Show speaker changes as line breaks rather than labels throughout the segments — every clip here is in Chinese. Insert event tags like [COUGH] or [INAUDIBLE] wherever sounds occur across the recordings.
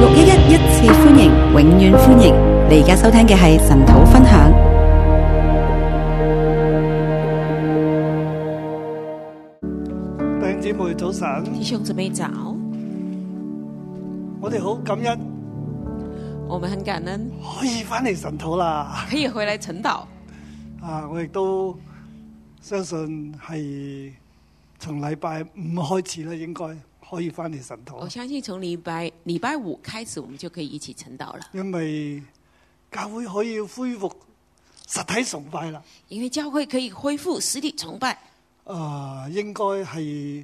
六一一一次歡迎，永遠歡迎！你而家收聽嘅係神土分享。
弟兄姊妹早晨，
弟兄姊妹早，
我哋好感恩
我们很感恩
可以翻嚟神土啦。
可以回来晨祷，
啊，我亦都相信係從禮拜五開始咧，應該可以翻嚟神土
我，相信从礼拜礼拜五开始，我们就可以一起晨祷了，
因為教會可以恢復實體崇拜啦。
因为教会可以恢复实体崇拜。
啊，應該係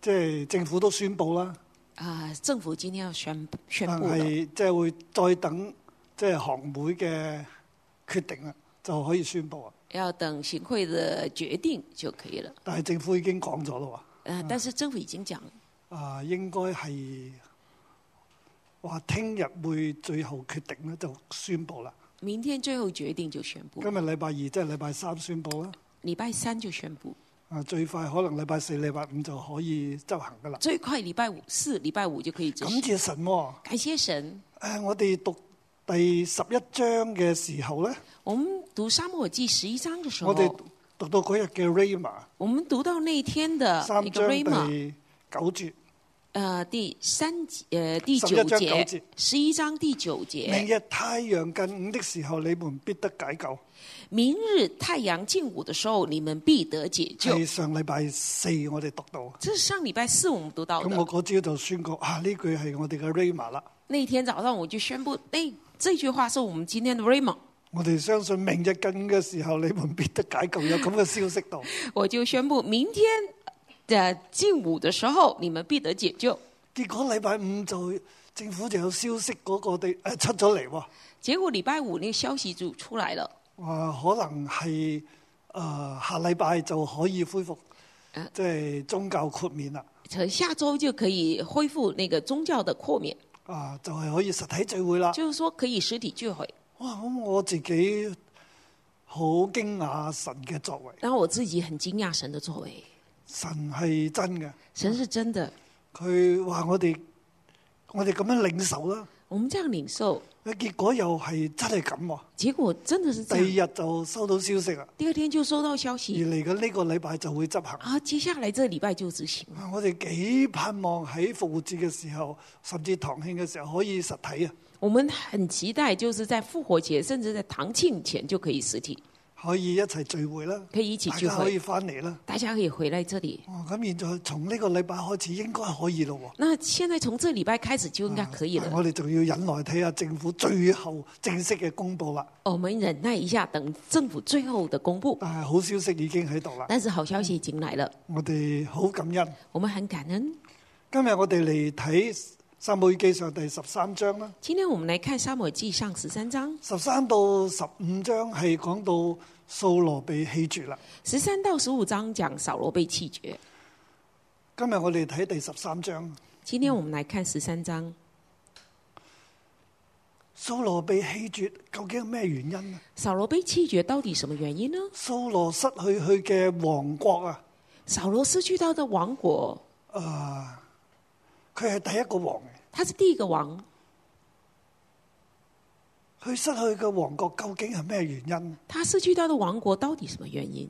即係政府都宣布啦，
啊、政府今天要宣宣
但
布了，
係即係會再等即係行會嘅決定啦，就可以宣布啊。
要等行会的决定就可以了。
但係政府已經講咗啦喎。
呃，但是政府已经讲，
啊，應該係話聽日會最後決定咧，就宣布啦。
明天最后决定就宣布
今，日禮拜二即係禮拜三宣布啦。
礼拜三就宣布，
啊，最快可能禮拜四、禮拜五就可以執行噶啦。
最快礼拜五四礼拜五就可以执
感
行。
謝神喎、
感谢神，
誒我哋讀第十一章嘅時候咧，
我们读沙漠记十一章的时候
我，哋讀到嗰日嘅 Rama
我们读到那一天的
三
一
章
啊个 rama。
第九節，
呃，第三节，呃，第
11
九
章九
节
节，
十一章第九
明
节，
日太陽近午的時候，你們必得解救。
明日太阳进午的时候，你们必得解救。
係上禮拜四我哋讀到，咁
这是上礼拜四我们读到
我
的。
嗰朝就宣告啊，呢句係我哋嘅 Rama 啦。
那天早上我就宣布，哎，这句话是我们今天的 Rama，
我哋相信明日近嘅時候，你們必得解救。有咁嘅消息
[LAUGHS]
度，
我就宣布明天的进午的时候，你们必得解救。
結果禮拜五就政府就有消息嗰個地呃出咗嚟喎，
结果礼拜五那个消息就出来了，
話可能係呃、下禮拜就可以恢復，
啊
即係宗教豁免啦。
可下周就可以恢复那个宗教的豁免，
啊，就係、可以實體聚會啦。
就是说可以实体聚会。
哇！咁我自己好驚訝神嘅作為，
然后我自己很惊讶神的作为，
神係真嘅。
神是真的。
佢話我哋我哋咁樣領受啦，
我们这样领受，
結果又係真係咁喎。
结果真的是
第
这样。
二日就收到消息啦。
第二天就收到消
而
息，
嚟緊呢個禮拜就會執行。
啊，接下来这礼拜就执行。
啊我哋幾盼望喺復活節嘅時候，甚至堂慶嘅時候可以實體啊，
我们很期待，就是在复活节，甚至在堂庆前就可以实体，
可以一齊聚會啦，
可以一起
大
聚
家可
会，
以翻嚟啦。
大家可以回来这里。
哦，咁現在從呢個禮拜開始應該可以咯喎。
那现在从这礼拜开始就应该可以
但
了。
我哋仲要忍耐睇下政府最後正式嘅公佈啦。
我们忍耐一下，等政府最后的公布。
但係好消息已經喺度啦，
但是好消息已经来了，
我哋好感恩。
我们很感恩。
今日我哋嚟睇《撒母耳記上》第十三章啦。
今天我们来看《沙漠记》上十三章，
十三到十五章係講到掃羅被棄絕啦。
十三到十五章讲扫罗被弃绝。
今日我哋睇第十三章，
今天我们来看十三章，
掃羅被棄絕，究竟係咩原因啊？
扫罗被弃绝到底什么原因呢？
掃羅失去佢嘅王國啊！
扫罗失去他的王国，
啊，佢係第一個王嘅，
他是第一个王，
佢失去嘅王國究竟係咩原因？
他失去他的王国到底什么原因？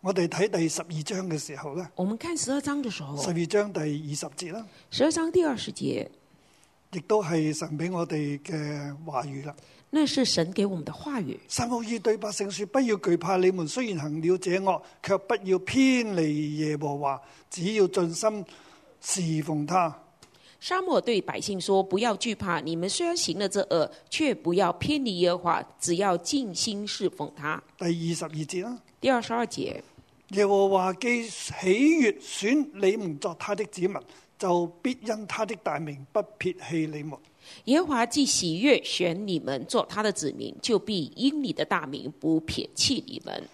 我哋睇第十二章嘅時候咧，
我们看十二章的时候，
十二章第二十節啦，
十二章第二十节，
亦都係神俾我哋嘅話語啦。
那是神给我们的话语。
撒母耳對百姓說：不要懼怕，你們雖然行了這惡，卻不要偏離耶和華，只要盡心侍奉他。
沙漠对百姓说：“不要惧怕，你们虽然行了这恶，却不要偏离耶和华，只要尽心侍奉他。
第二十二節啦，”
第二十二节，
耶和華既喜悦選你們作他的子民，就必因他的大名不撇棄你們。
耶和华既喜悦选你们做他的子民，就必因你的大名不撇弃你们。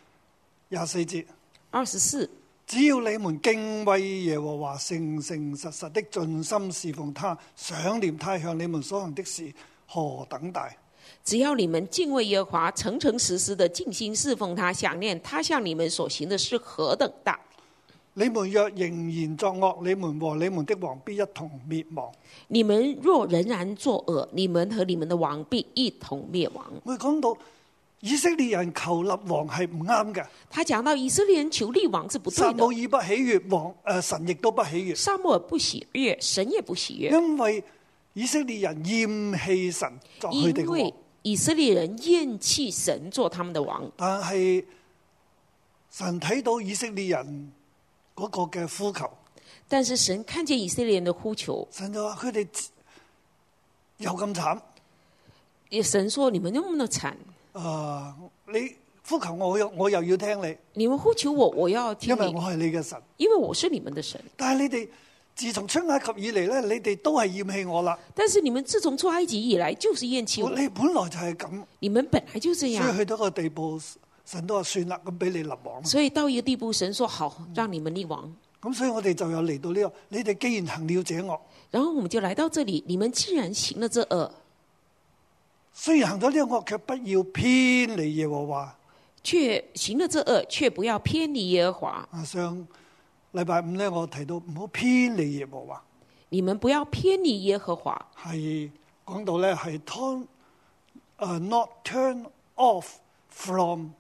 廿四節，
二十四，
只要你們敬畏耶和華，誠誠實實的盡心侍奉他，想念他向你們所行的事何等大！
只要你们敬畏耶和华，诚诚实实的尽心侍奉他，想念他向你们所行的事何等大。
你們若仍然作惡，你們和你們的王必一同滅亡。
你们若仍然作恶，你们和你们的王必一同灭亡。
佢講到以色列人求立王係唔啱嘅，
他讲到以色列人求立王是不对
撒
的
母，耳不喜悅，王诶、呃神亦都不喜悅，
撒母耳不喜悦，神也不喜悦，
因為以色列人厭棄神作佢哋嘅
因
王
为。以色列人厌弃神做他们的王。
但係神睇到以色列人嗰個嘅呼求，
但是神看见以色列人的呼求，
神就話佢哋又咁慘，
也神说：你们那么的惨，
啊！你呼求我，我又我又要聽你，
你们呼求我，我要
因
听
為
你
我，係你嘅神。
因为我是你们的神。
但係你哋自從出埃及以嚟咧，你哋都係厭棄我啦。
但是你们自从出埃及以来，就是厌弃我，
你本來就係咁，
你们本来就这
所以
样。
去到一個地步，神都話算啦，咁俾你立王。
所以到一个地步，神说好，
嗯
让你们立王。
咁所以我哋就有嚟到呢、個，你哋既然行了這惡，
然后我们就来到这里，你们既然行了这恶，
雖然行咗呢個惡，卻不要偏離耶和華。
却行了这恶，却不要偏离耶和华。
啊，上禮拜五咧，我提到唔好偏離耶和華，
你们不要偏离耶和华，
係講到咧係 turn 誒、not turn off from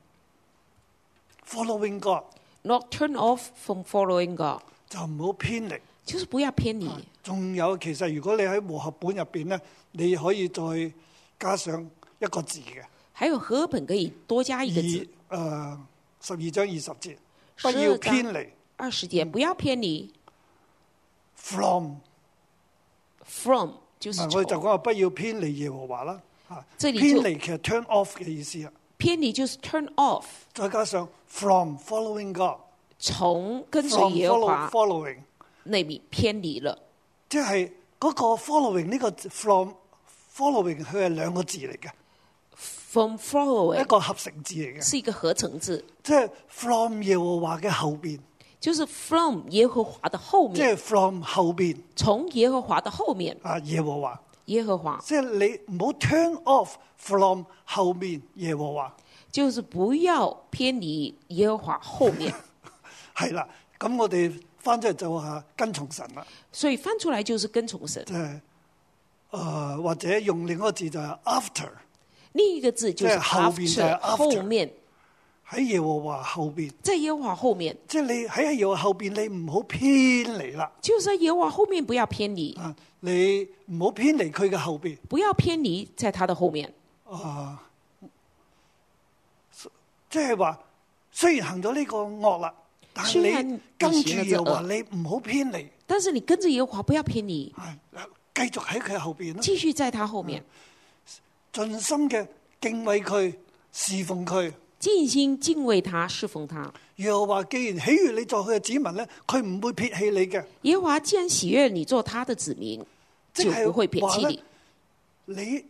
following God，
not turn off from following God，
就唔好偏離。
就是不要偏
啊
离。
仲有其實如果你喺和合本入邊咧，你可以再加上一個字嘅，
还有和合本可以多加
二
一个字
誒，十二章二十節，不
十二
要
章
偏離
二十
嗯
节，不要偏离
from，
from 就
唔
是
啊係我哋就講
从
話不要偏離耶和華啦。嚇，
即係你
偏
就
離其實 turn off 嘅意思啊。
偏离就是 turn off
再加上 from following God，
从跟随
from
耶和
follow
华
following，
那里偏离了。
即係嗰個 following 呢個 from following 佢係兩個字嚟嘅，
from
一
following
個合成字嚟嘅，
是一个合成字，
即係 from 耶和華嘅後邊，
就是 from 耶和華的后
即
面，
係 from 後邊
从耶和華的后面，
啊耶和華，
耶和華
即係你唔好 turn off from 後面耶和華，
就是不要偏离耶和华后面。
[LAUGHS] 係啦，咁我哋翻咗嚟就話跟從神啦，
所以翻出来就是跟从神。
即係誒或者用另一個字就係 after
另一个字就是
即係後面就係
after，
after
后面，
喺耶和華後邊。
在耶和华后面，
即係你喺喺後邊，你唔好偏離啦，
就是在耶和华后面不要偏离，
啊，你唔好偏離佢嘅後邊，
不要偏离在他的后面。
啊，即係話雖然行咗呢個惡啦，但
雖
係
然
你跟住耶和華，
你
你唔好偏離，
但是你跟着耶和华不要偏离，
啊，繼續喺佢後邊啦，
继续在他后面，
嗯盡心嘅敬畏佢，侍奉佢。
尽心敬畏他，侍奉他。
耶和華既然喜悅你做佢嘅子民咧，佢唔會撇棄你嘅。
耶和华既然喜悦你做他的子民，
即
就
係
不会撇弃
話
你
咧。你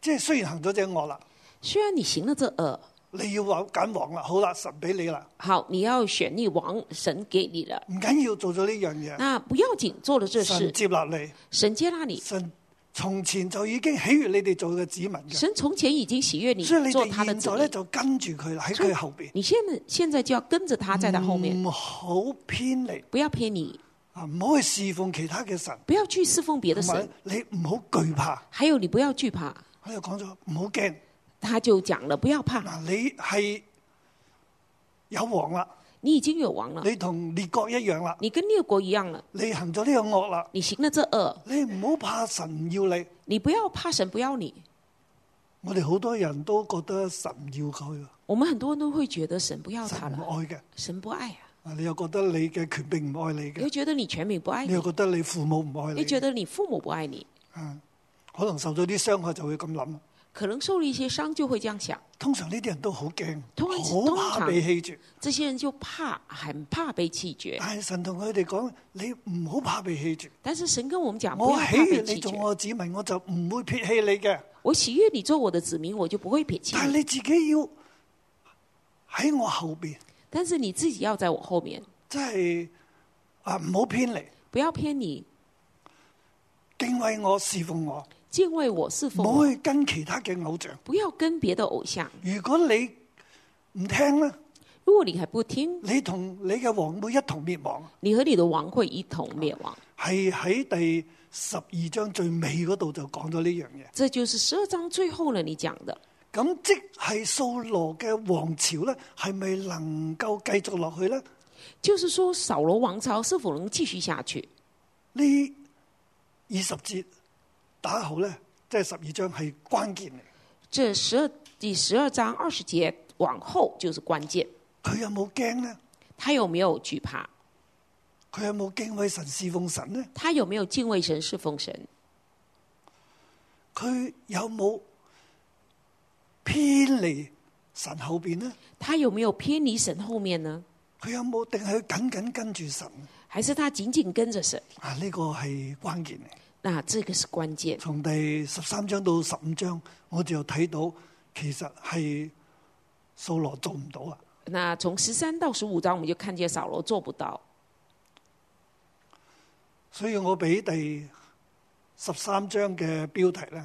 即係雖然行咗只惡啦，
虽然你行了这恶，
你要話揀王啦，好啦，神俾你啦。
好，你要选立王，神给你了，
唔緊要，做咗呢樣嘢，
那不要紧，做了这
啊神
事，
接納你，
神接纳你，
神從前就已經喜悅你哋做嘅子民嘅，
神從前已經喜悦你
所以你
做他
哋
的
現
子
在咧
民，
就跟住佢啦，喺佢後边，
你现在现在就要跟着他在他后面，
唔好偏離
不要偏离，
啊，唔好去侍奉其他嘅神，
不要去侍奉别的
同埋
神，
你唔好懼怕。
还有你不要惧怕。
我又講咗，唔好驚
他就讲了，不要怕，
嗱，你係有王啦，
你已經有王了，
你同列國一樣啦，
你跟列国一样了，
你行咗呢個惡啦，
你行了这恶，
你唔好怕神唔要你。
你不要怕神不要你。
我哋好多人都覺得神唔要佢，
我们很多人都会觉得神不要他
神
了，
唔愛嘅，
神不爱啊，
啊你又覺得你嘅權柄唔愛你嘅
你。又觉得你全民不爱
你
你
又，覺得你父母唔愛
又
你，啊
觉得哎你父母不爱你，
可能受咗啲傷害就會咁諗。
可能受了一些伤就会这样想。
通常呢啲人都好驚，
通常
好怕被棄絕。
这些人就怕，很怕被弃绝。
但係神同佢哋講：你唔好怕被棄絕，
但是神跟我们讲，啊不要
我喜
怕
悦
被
你
弃
做
绝。
我子民，我就唔會撇棄你嘅。
我喜悦你做我的子民，我就不会撇弃
但係
你。
你自己要喺我後边，
但是你自己要在我后面，
即係啊唔好偏離，
不要偏离，
敬畏我，侍奉我，
敬畏我，侍
唔
奉
好
我，
去跟其他嘅偶像。
不要跟别的偶像。
如果你唔聽咧，
如果你还不听，
你同你嘅王妹一同滅亡，
你和你的王会一同灭亡。
係喺第十二章最尾嗰度就講咗呢樣嘢。
这就是十二章最后了你讲的。
咁即係掃羅嘅王朝呢，係咪能夠繼續落去呢？
就是说，扫罗王朝是否能继续下去？
呢二十節打後呢，即係十二章係關鍵嚟。
这十二第十二章二十节往后就是关键。
佢有冇驚呢？
他有没有惧怕？
佢有冇敬畏神侍奉神呢？
他有没有敬畏神、侍奉神？
佢有冇偏離神後边呢？
他有没有偏离神后面呢？
佢有冇定係佢緊緊跟住神？
还是他紧紧跟着神？
啊，呢、個係關鍵嚟。
那这个是关键。
從第十三章到十五章，我就睇到其實係掃羅做唔到啊。
那从十三到十五章，我们就看见扫罗做不到。
所以我俾第十三章嘅標題咧，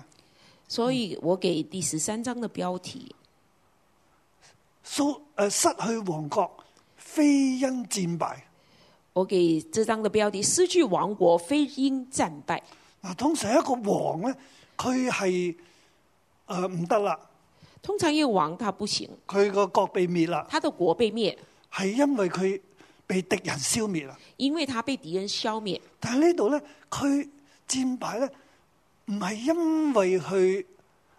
所以我给第十三章的标题
蘇誒呃失去王國，非因戰敗。
我给这张的标题：失去王国，非因战败。
嗱，通常一個王咧，佢係誒唔得啦，
通常一个王他不行，
佢個國被滅啦，
他的国被灭，
係因為佢被敵人消滅啦。
因为他被敌人消灭。
但係呢度咧，佢戰敗咧，唔係因為佢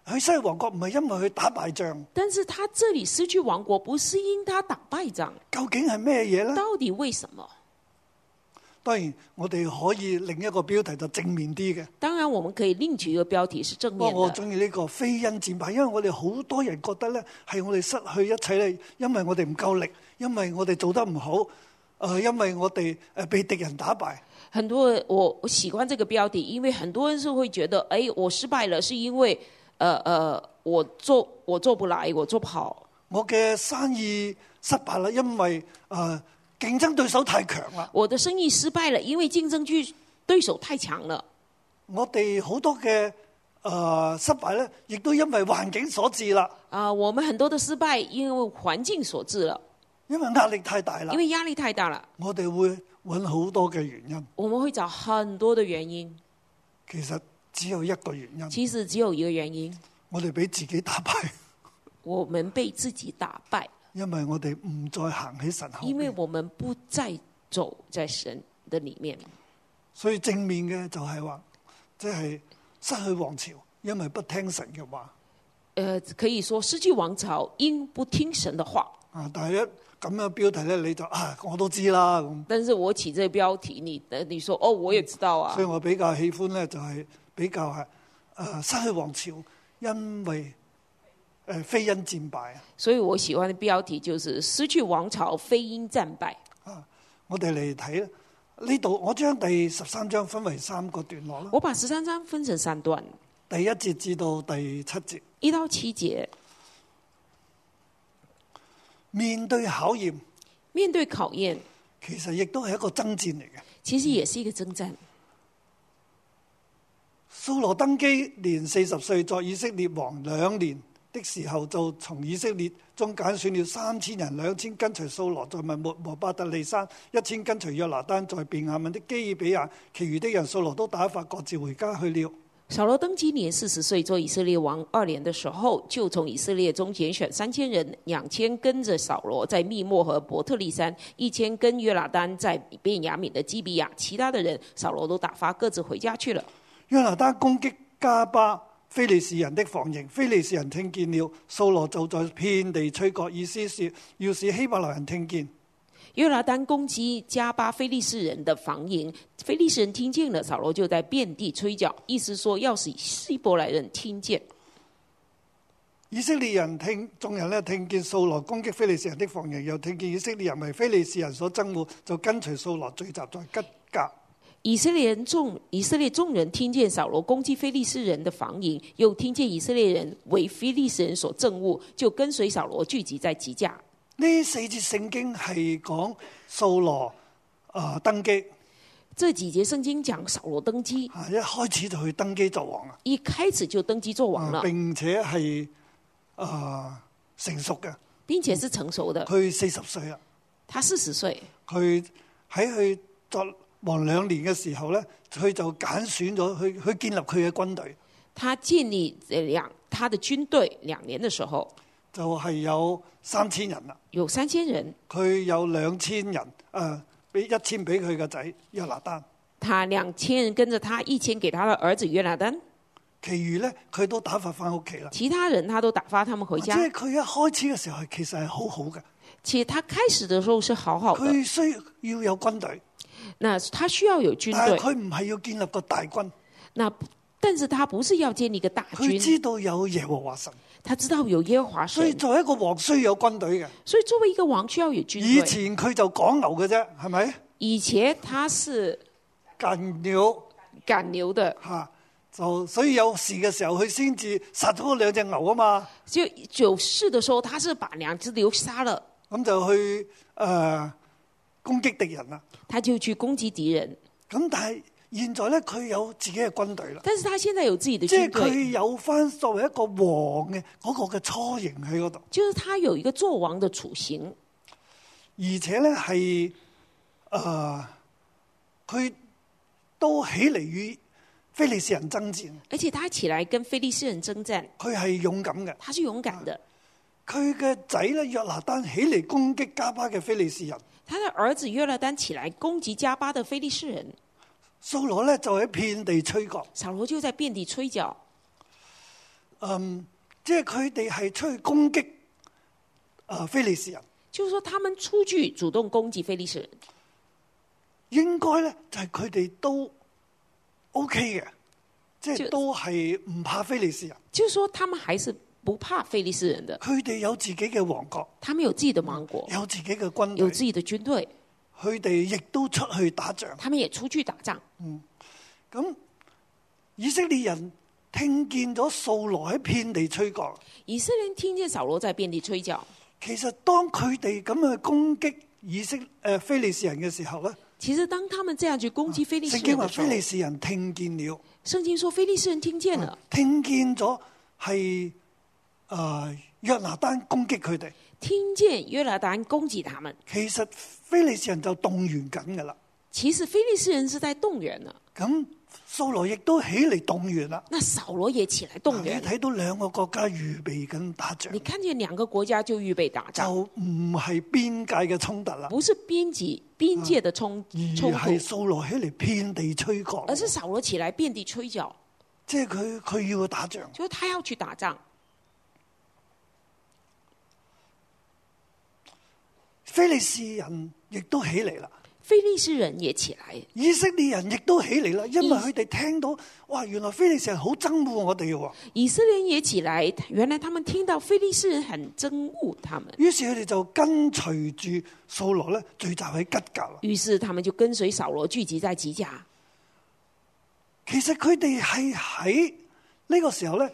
佢西王國唔係因為佢打敗仗，
但是他这里失去王国，不是因他打败仗，
究竟係咩嘢咧？
到底为什么？
當然，我哋可以另一個標題就正面啲嘅。
当然，我们可以另取一个标题是正
不過
面啊
我
的。
中意呢個非因戰敗，因為我哋好多人覺得呢係我哋失去一切咧，因為我哋唔夠力，因為我哋做得唔好，誒、因為我哋誒被敵人打敗。
很多人我我喜欢这个标题，因为很多人是会觉得，哎，我失败了，是因为呃呃，我做我做不来，我做不好，
我嘅生意失敗啦，因為誒、呃、競爭對手太強啦。
我的生意失败了，因为竞争剧对手太强了。
我哋好多嘅誒、呃失敗呢，亦都因為環境所致啦，
啊、我们很多的失败因为环境所致了，
因為壓力太大啦
因。为压力太大了，
我哋會揾好多嘅原因，
我们会找很多的原因，
其實只有一個原因，
其实只有一个原因，
我哋俾自己打敗。
我们被自己打败，
因为我哋唔再行喺神后
因为
边，
我们不再走在神的里面。
所以正面嘅就系话，即系失去王朝，因为不听神嘅话
呃，可以说失去王朝因不听神的话。
啊。但系一咁嘅标题咧，你就啊，我都知啦咁。
但是我起这个标题，你呃你说哦，我也知道啊
所以。我比较喜欢咧，就系、比较系诶、呃失去王朝，因为诶、呃非因战败啊。
所以我喜欢的标题就是“失去王朝，非因战败
我哋嚟睇呢度，我将第十三章分为三个段落”。啦，
我把十三章分成三段，
第一节至到第七节，
一到七节，
面对考验，
面对考验，
其实亦都系一个争战嚟嘅。
其实也是一个征战。
掃羅登基年四十歲，作以色列王兩年的時候，就從以色列中揀選了三千人，兩千跟隨掃羅在密抹和伯特利山，一千跟隨約拿丹在便雅憫的基爾比亞，其餘的人掃羅都打發各自回家去了。
扫罗登基年四十岁，做以色列王二年的时候，就从以色列中拣选三千人，两千跟着扫罗在密莫和伯特利山，一千跟约拿丹在便雅敏的基比亚，其他的人扫罗都打发各自回家去了。
約拿丹攻擊加巴非利士人的防營，非利士人聽見了，掃羅就在遍地吹角，意思是要使希伯來人聽見。
约拿丹攻击加巴非利士人的防营，非利士人听见了，扫罗就在遍地吹角，意思说要使希伯来人听见。
以色列人聽眾人咧聽見掃羅攻擊非利士人的防營，又聽見以色列人為非利士人所憎惡，就跟隨掃羅聚集在吉格。
以色列人众以色列众人听见扫罗攻击非利士人的防营，又听见以色列人为非利士人所憎恶，就跟随扫罗聚集在吉甲。
呢四節聖經係講掃羅啊、呃登基
这几节聖經讲扫罗登基，
啊，一開始就去登基作王啊，
一开始就登基做王
啊
了，
並且係啊、呃成熟嘅。
并且是成熟的。
佢四十歲啦，
他四十岁，
佢喺佢作王兩年嘅時候咧，佢就揀選咗去去建立佢嘅軍隊，
他建立呃两他的军队两年的时候
就係、有三千人啦。
有三千人，
佢有兩千人，誒、俾一千俾佢個仔約拿單，
他两千人跟着他，一千给他的儿子约拿丹，
其餘咧佢都打發翻屋企啦。
其他人他都打发他们回
即
家。
係佢一開始嘅時候係其實係好好嘅，
其实他开始的时候是好好的，
佢需要有軍隊，
那他需要有军
但係
队，
佢唔係要建立個大軍，
那但是他不是要建立一个大
佢
军，
知道有耶和華神，
他知道有耶和华
所以
神，
作為一個王需要有軍隊嘅。
所以作为一个王需要有军
以
队。
前佢就講牛嘅啫，係咪？
以前他是
近了
赶牛的，
嚇、就所以有事嘅時候，佢先至殺咗嗰兩隻牛啊嘛，
就九四的时候他是把两只牛杀了，
咁就去誒、呃攻擊敵人啦。
他就去攻击敌人。
咁但係現在咧，佢有自己嘅軍隊啦，
但是他现在有自己的
即係
军队，
佢有翻作為一個王嘅嗰、個嘅初形喺嗰度，
就是他有一个做王的雏形，
而且咧係誒佢都起嚟與非利士人爭戰，
而且他起来跟非利士人征战，
佢係勇敢嘅。
他是勇敢的。
佢嘅仔咧約拿單起嚟攻擊加巴嘅非利士人，
他的儿子约勒丹起来攻击加巴的非利士人，
掃羅咧就喺遍地吹角，
扫罗就在遍地吹角，
即係佢哋係出去攻擊啊非利士人，
就是说他们出去主动攻击非利士人，
應該咧就係佢哋都 OK 嘅，即係
就
都係唔怕非利士人，
就是说他们还是不怕非利士人的，
佢哋有自己嘅王國，
他们有自己的王国，
有自己嘅軍
哦有自
隊，
己的军队，
佢哋亦都出去打仗。
他们也出去打仗。
咁以色列人聽見咗掃羅喺遍地吹角。
以色列人听见扫罗在遍地吹角，
其實當佢哋咁去攻擊以色誒、呃非利士人嘅時候咧，
其实当他们这样去攻击非利
聖
士人
經話
的时候
非，利士人聽見了，
圣经说非利士人听见了，
聽見咗係誒約拿單攻擊佢哋。
听见约拿丹攻击他们。
其實非利士人就動員緊㗎啦，
其实非利士人是在动员了，
咁掃羅亦都起嚟動員啦。
那扫羅也起来动
你
员了。
睇到兩個國家預備緊打仗
你，啊看见两个国家就预备打
就
仗，
唔係邊界嘅衝突啦，
不是边际边界的冲
而
冲
係
突，
掃羅起嚟遍地吹角，
而是扫罗起来遍地吹角，
即係佢佢要打仗。
就是他要去打仗。
非利士人亦都起嚟啦。
非利士人也起来，
以色列人亦都起嚟啦，因為
以
佢哋聽到，哇！原來非利士人好憎惡我哋喎，
以色列人也起来。原来他们听到非利士人很憎恶他们，
於是佢哋就跟隨住掃羅咧聚集喺吉格啦。
于是他们就跟随扫罗聚集在吉甲。
其實佢哋係喺呢個時候咧，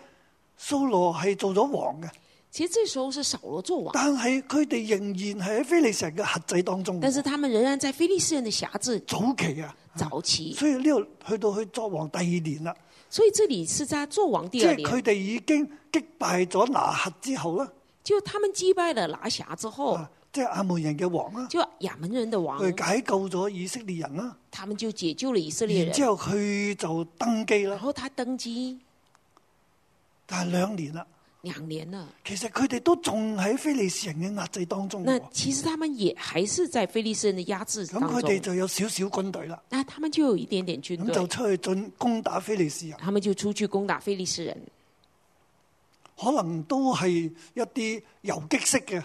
掃羅係做咗王嘅，
其实这时候是扫罗做王，
但係佢哋仍然係喺非利士人嘅核制當中。
但是他们仍然在非利士人的辖制
早期啊，
早期，
所以呢度去到佢作王第二年啦，
所以这里是在做王
即
第二
係佢
年，
哋已經擊敗咗拿核之後啦，
就他们击败了拿辖之后，
啊即係亞門人嘅王啦，
就亚门人的哦王，
佢解救咗以色列人啦。
他们就解救了以色列
然
人
之。後佢就登基
然
啦，
后他登基
但係兩年啦。
两年了，
其實佢哋都仲喺非利士人嘅壓制當中
那
嘅喎，
其实他们也还是在非利士人的压制
咁
当
佢哋
中，
就有少少軍隊啦，
那他们就有一点点军
咁就
队，
出去進攻打非利士人，
他们就出去攻打非利士人，
可能都係一啲游擊式嘅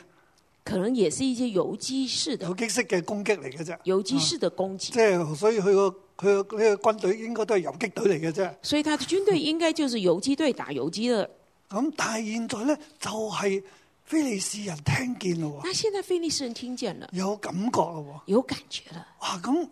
可能也是一些游击式的
游擊式嘅攻擊嚟嘅啫，
游击式的攻击
即，係所以佢個佢個呢個軍隊應該都係游擊隊嚟嘅啫。
所以他的军队应该就是游击队打游击的。
咁但係現在咧就係、非利士人聽見咯喎，
那现在非利士人听见了，
有感覺咯
有感觉了，
喎，哇啊咁！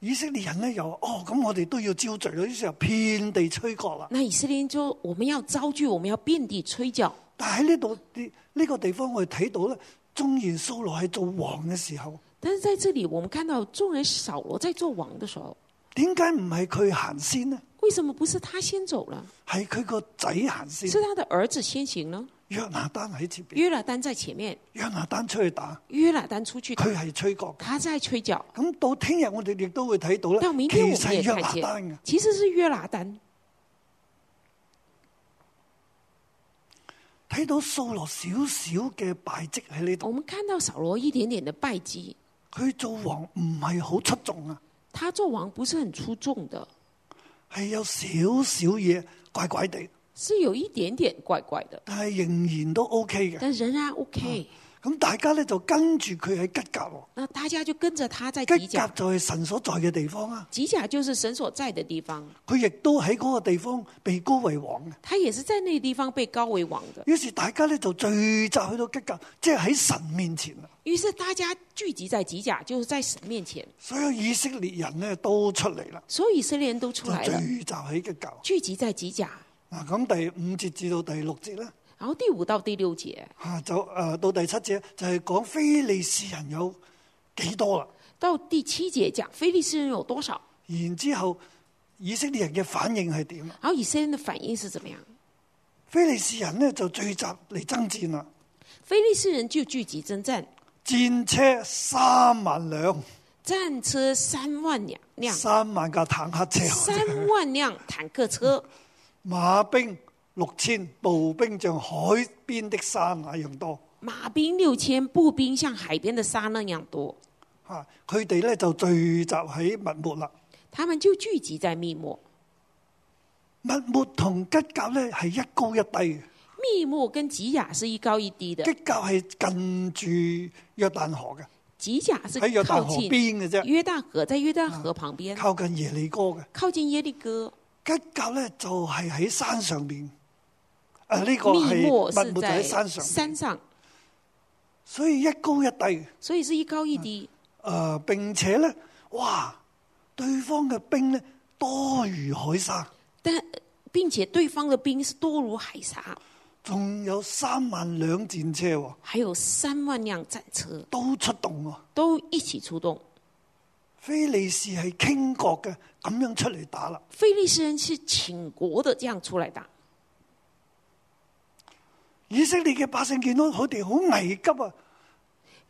以色列人咧又話哦，咁我哋都要招聚啦，於是就遍地吹角啦。
那以色列人就我们要遭拒，我们要遍地吹角。
但喺呢度呢呢個地方，我哋睇到咧，縱然掃羅係做王嘅時候，
但是在这里，我们看到众人扫罗在做王的时候，
點解唔係佢行先呢？
为什么不是他先走了，
係佢個仔行先。
是他的儿子先行呢？
約拿丹喺前邊，
约拿丹在前面，
約拿丹出去打，
约拿丹出去打，
佢係吹角嘅。
他在吹角。
咁到聽日我哋亦都會睇到咧，
到明
其
天我
實
们也
係約
看
拿丹嘅
见。，其实是约拿丹
睇到掃羅少少嘅敗績喺呢度，
我们看到扫罗一点点的败绩，
佢做王唔係好出眾啊，
他做王不是很出众的，
係有少少嘢怪怪地，
是有一点点怪怪的，
但係仍然都 OK 嘅。
但仍然 OK。
咁大家咧就跟住佢喺吉甲喎，
那大家就跟着他在
吉
吉
甲
甲，
就係神所在嘅地方啊。
吉甲就是神所在的地方，
佢亦都喺嗰個地方被高為王嘅。
他也是在那个地方被高为王的。
於是大家咧就聚集去到吉甲，即係喺神面前啊！
于是大家聚集在吉甲，就是在神面前，
所有以色列人咧都出嚟啦，
所有以色列人都
就
出来了，
聚集喺吉甲。
聚集在吉甲。
嗱，咁第五節至到第六節咧，
然后第五到第六节
嚇就誒、呃到第七節就係講非利士人有幾多啦。
到第七节讲非利士人有多少，
然之後以色列人嘅反應係點啊？
然后以色列人的反应是怎么样？
非利士人咧就聚集嚟爭戰啦，
非利士人就聚集征战，
戰車三萬輛，
战车三万辆辆，
三萬架坦克車，
三萬輛坦克車，
馬兵六千，步兵像海邊的山那樣多。
馬兵六千，步兵像海邊的沙那樣多。
嚇，啊佢哋咧就聚集喺密末啦。
他們就聚集在密末，
密末同吉甲咧係一高一低
密末跟吉甲是一高一低的
嘅，，吉甲係近住約旦河嘅，
吉甲是
喺約
靠
旦河啊
近
邊嘅啫，
約旦河，在約旦河旁邊，
靠近耶利哥嘅。
靠近耶利哥。
吉甲咧就係喺山上面，誒、呢、個係
密
哦
末
密
是
末就喺
在
山上面，
山上，
所以一高一低誒、
所以是一高一低。
呃，並且咧，哇，對方嘅兵咧多如海沙，
但並且對方的兵是多如海沙，
仲有三萬兩戰車喎，
還有三萬輛戰車
都出動喎。
都一起出動。
非利士係傾國嘅，咁樣出嚟打啦。
非利士人是挺國的，這樣出來打。
以色列嘅百姓見到佢哋好危急啊！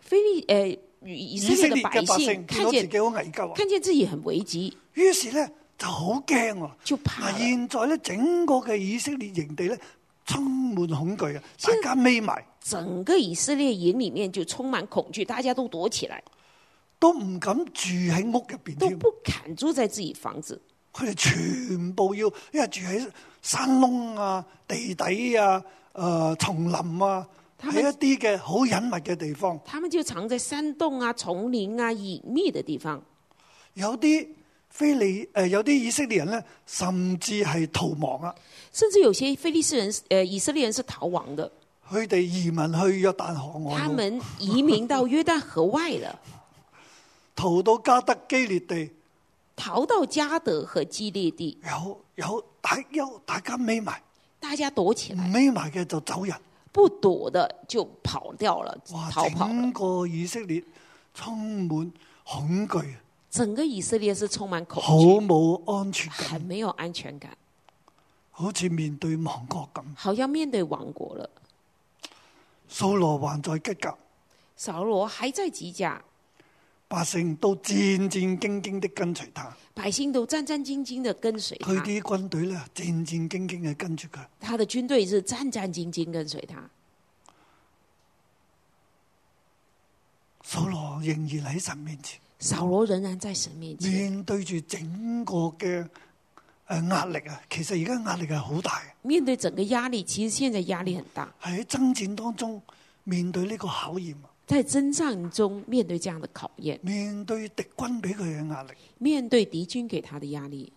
菲利呃以以
以
色
色
列
列
的百
嘅百
姓
姓見
看
到自
见
己好危急啊！
看见自己很危急，
於是咧就好驚喎。
就怕
嗱，
了。
現在咧整個嘅以色列營地咧充滿恐懼啊！大
現
家匿埋
整個以色列營裡面就充滿恐懼，大家都躲起來，
都唔敢住喺屋入邊
都
添，
不敢住在自己房子。
佢哋全部要因為住喺山窿啊、地底啊、誒、呃、叢林啊，
他
喺
們
一啲嘅好隱密嘅地方，
他們就藏在山洞啊、叢林啊、隱秘的地方。
有啲。非利誒、呃有啲以色列人咧，甚至係逃亡啊！
甚至有些非利士人，呃，以色列人是逃亡的，
佢哋移民去約旦河
他
岸喎，
們移民到約旦河外了，
逃到加德基列地，
逃到加德和基列地，
有有大有大家匿埋，
大家躲起
唔
來，
匿埋嘅就走人。
不躲的就跑掉了，
哇！
逃跑了。
整個以色列充滿恐懼，
整個以色列是充滿恐
好
懼。
冇安全感，
很没有安全感，
好似面對亡國咁。
好像面對亡國了。
掃羅還在吉甲，
扫罗还在吉甲，
百姓都戰戰兢兢的跟隨他。
百姓都戰戰兢兢的跟隨
佢
他，
啲軍隊咧戰戰兢兢嘅跟住佢。
他的軍隊是戰戰兢兢跟隨他。
掃羅仍然喺神面前，
扫罗仍然在神面前，
面對住整個嘅誒壓力啊！其實而家壓力係好大，
面對整個壓力，其實現在壓力很大，
係喺爭戰當中面對呢個考驗啊，
在征戰中面對這樣的考驗，
面對敵軍俾佢嘅壓力，
面對敵軍給他的壓力，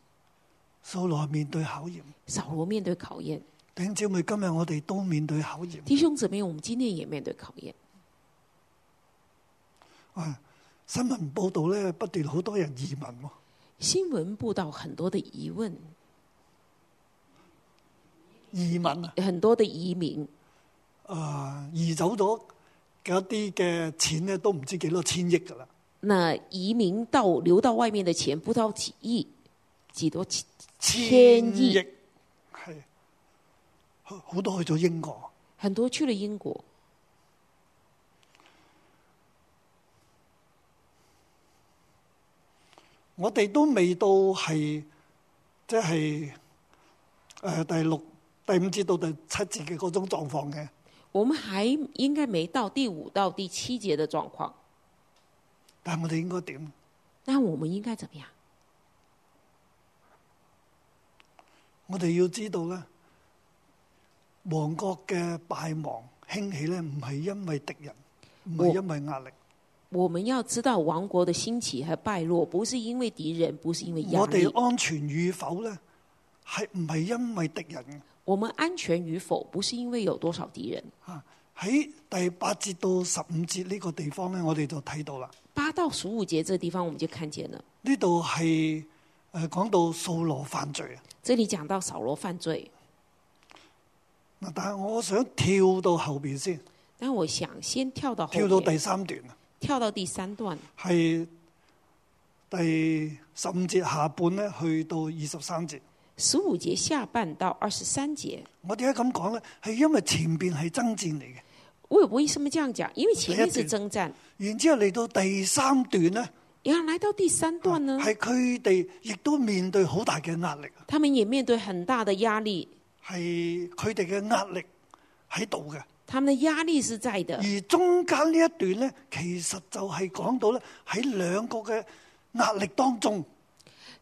掃羅面對考驗。
扫罗面對考驗。
弟兄姊妹，今日我哋都面對考驗。
弟兄姊妹，我們今天也面對考驗。
啊，新聞報道咧，不斷好多人移民喎，
新聞報道很多的疑問，
移民啊，
很多的移民，
啊移走咗嘅一啲嘅錢咧，都唔知幾多千億㗎啦。
那移民到流到外面的錢不到幾億，几多千
千
千億
億係好好多去咗英國，
很多去了英国，
我哋都未到係即係誒第六第五節到第七節嘅嗰種狀況嘅，
我们还应该没到第五到第七节的状况。
但係我哋應該點？
那我们应该怎么样？
我哋要知道咧，亡國嘅敗亡興起咧，唔係因為敵人，唔係因為壓力。
我们要知道王国的兴起和败落，不是因为敌人，不是因为压
我
力
哋。安全與否咧，係唔係因為敵人嘅？
我们安全与否，不是因为有多少敌人。
啊，喺第八節到十五節呢個地方咧，我哋就睇到啦。
八到十五节这地方我们就看见了，
呢度係誒講到掃羅犯罪啊。
这里讲到扫罗犯罪，
嗱，但係我想跳到後邊先，
但我想先跳到后
跳到
面
第三段啊，
跳到第三段，
係第十五節下半咧，去到二十三節。
十五节下半到二十三节。
我點解咁講呢？係因為前邊係爭戰嚟嘅，
我为什么这样讲？因为前面
第一段
是征战，
然之後嚟到第三段呢，
然后来到第三段呢，
係佢哋亦都面對好大嘅壓力，
他们也面对很大的压力，
係佢哋嘅壓力喺度嘅。
他们的压力是在的。
而中間呢一段呢，其實就係講到呢，喺兩個嘅壓力當中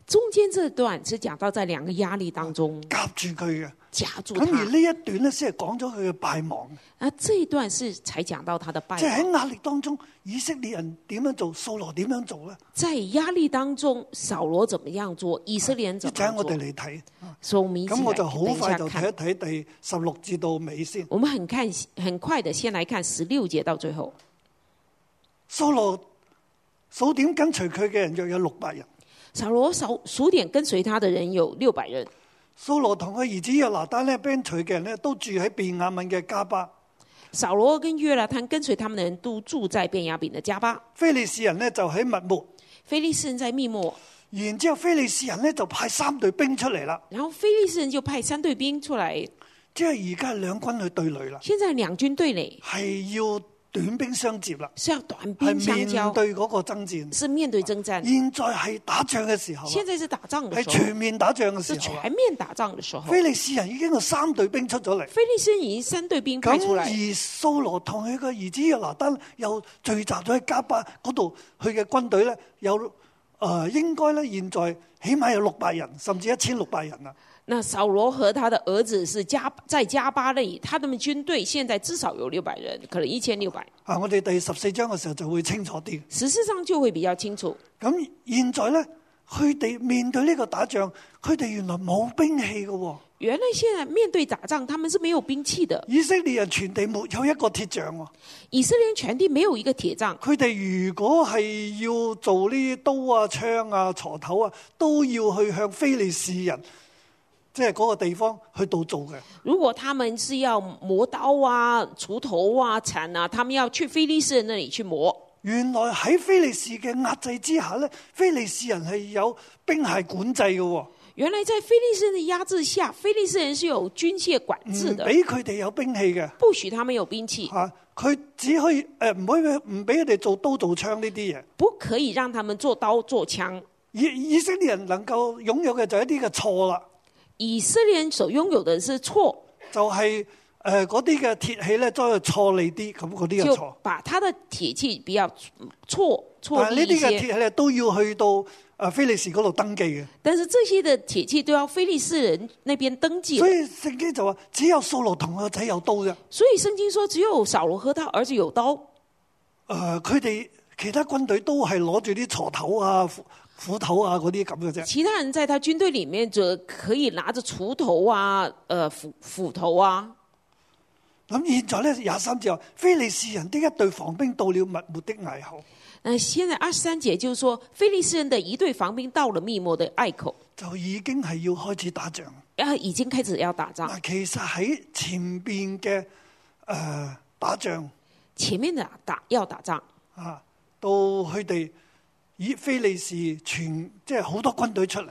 中间这段是讲到在两个压力当中
夾住佢嘅。
夹住
咁而
他，
呢一段呢，先係講咗佢嘅敗亡，
啊，这一段是才讲到他的败
即係
亡。
喺壓力當中，以色列人點樣做，掃羅點樣做呢？
在压力当中，扫罗怎么样做，以色列人
一
怎么
陣
樣
啊我哋
做，
嚟睇。
所以我们一起
咁我
来
就好
等一
快
下
就睇
看
一。睇第十六至到尾先。
我们很看很快的，先来看十六节到最后。
掃羅數點跟隨佢嘅人約有六百人。
扫罗扫数点跟随他的人有六百人，
掃羅同佢兒子約拿單咧跟隨嘅人咧都住喺便雅敏嘅加巴。
扫罗跟约拿他跟随他们的人都住在便雅悯的加巴。
非利士人咧就喺密木，
菲利士人在密莫，
然之後非利士人咧就派三隊兵出嚟啦，
然后菲利士人就派三队兵出来，
即係而家兩軍去對壘啦，
现在两军对垒
係要短兵相接啦，
是要短
係
兵相
面
交，
對嗰個爭戰。
是面对征战。
現在係打仗嘅時候啊，
现在是打仗的
係
时候，
全面打仗嘅
是
時候啊
全。面打仗的时候。
非利士人已經有三隊兵出咗嚟。
菲利士人已经三队兵嗯派出
咁
来
而，蘇羅同佢個兒子約拿單又聚集咗喺加巴嗰度，佢嘅軍隊咧有誒、呃、應該咧現在起碼有六百人，甚至一千六百人啊啦。
那扫罗和他的儿子是加在加巴内，他们军队现在至少有六百人，可能一千六百。
啊，我哋第十四章嘅時候就會清楚啲。
实事上就会比较清楚。
咁現在咧，佢哋面對呢個打仗，佢哋原來冇兵器嘅喎、
原来现在面对打仗，他们是没有兵器的。
以色列人全地沒有一個鐵匠喎、
以色列人全地没有一个铁杖，
佢哋如果係要做呢啲刀啊、槍啊、鋤頭啊，都要去向非利士人，即係嗰個地方去到做嘅。
如果他们是要磨刀啊、锄头啊、铲啊，他们要去非利士人那里去磨。
原來喺非利士嘅壓制之下咧，非利士人係有兵械管制嘅喎，唔
原来在非利士人的压制下，非利士人是有军械管制的，
俾佢哋有兵器嘅
不许他们有兵器，
嚇。佢、只可以誒唔可以唔俾佢哋做刀做槍呢啲嘢。
不可以让他们做刀做枪。
以以色列人能夠擁有嘅就係一啲嘅錯啦，
以色列人所拥有的是错，
就係誒嗰啲嘅鐵器咧，都係錯利啲咁嗰啲嘅
就
錯。
把他的铁器比较错错
但係
立
呢
一
啲嘅鐵
些。
器咧都要去到誒菲利士嗰度登記嘅，
但是这些的铁器都要非利士人那边登记的
所以聖經就話只有掃羅同佢個仔有刀啫。誒、
所以圣经说，只有扫罗和他儿子有刀，
呃佢哋其他軍隊都係攞住啲鋤頭啊、斧斧頭啊嗰啲咁嘅啫。
其他人在他军队里面则可以拿着锄头啊、呃斧斧头啊。
咁現在咧廿三節話，菲利士人的一隊防兵到了密末的崖口，
呃，现在二十三节就是说，非利士人的一队防兵到了密摩的隘口，
就已經係要開始打仗。
然后已经开始要打仗。
嗱，其實喺前邊嘅誒打仗
前面的打打要打仗，
啊，到佢哋以菲利士全即係好多軍隊出嚟。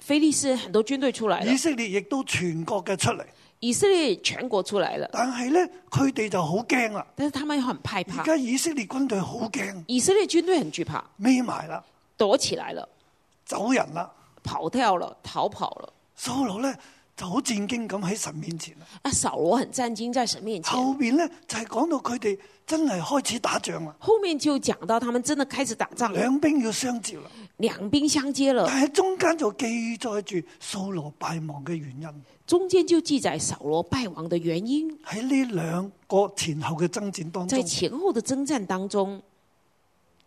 菲利斯很多军队出来了
以，色列亦都全國嘅出嚟，
以色列全国出来了，
但係呢，佢哋就好驚啦。
但是他们很害
而
怕，
家以色列軍隊好驚，
以色列军队很惧怕，
匿埋啦，
躲起来了，
走人啦。
跑掉了，逃跑了。
掃羅呢就好戰驚咁喺神面前啦。
啊，扫罗很战惊，在神面前。
後面呢，就係講到佢哋真係開始打仗啦，
后面就讲到他们真的开始打仗了，
兩兵要相接啦。
两兵相接了，
但係中間就記載住掃羅敗亡嘅原因。
中间就记载扫罗败亡的原因。
喺呢兩個前後嘅爭戰當
在
中，
前后的征战当中，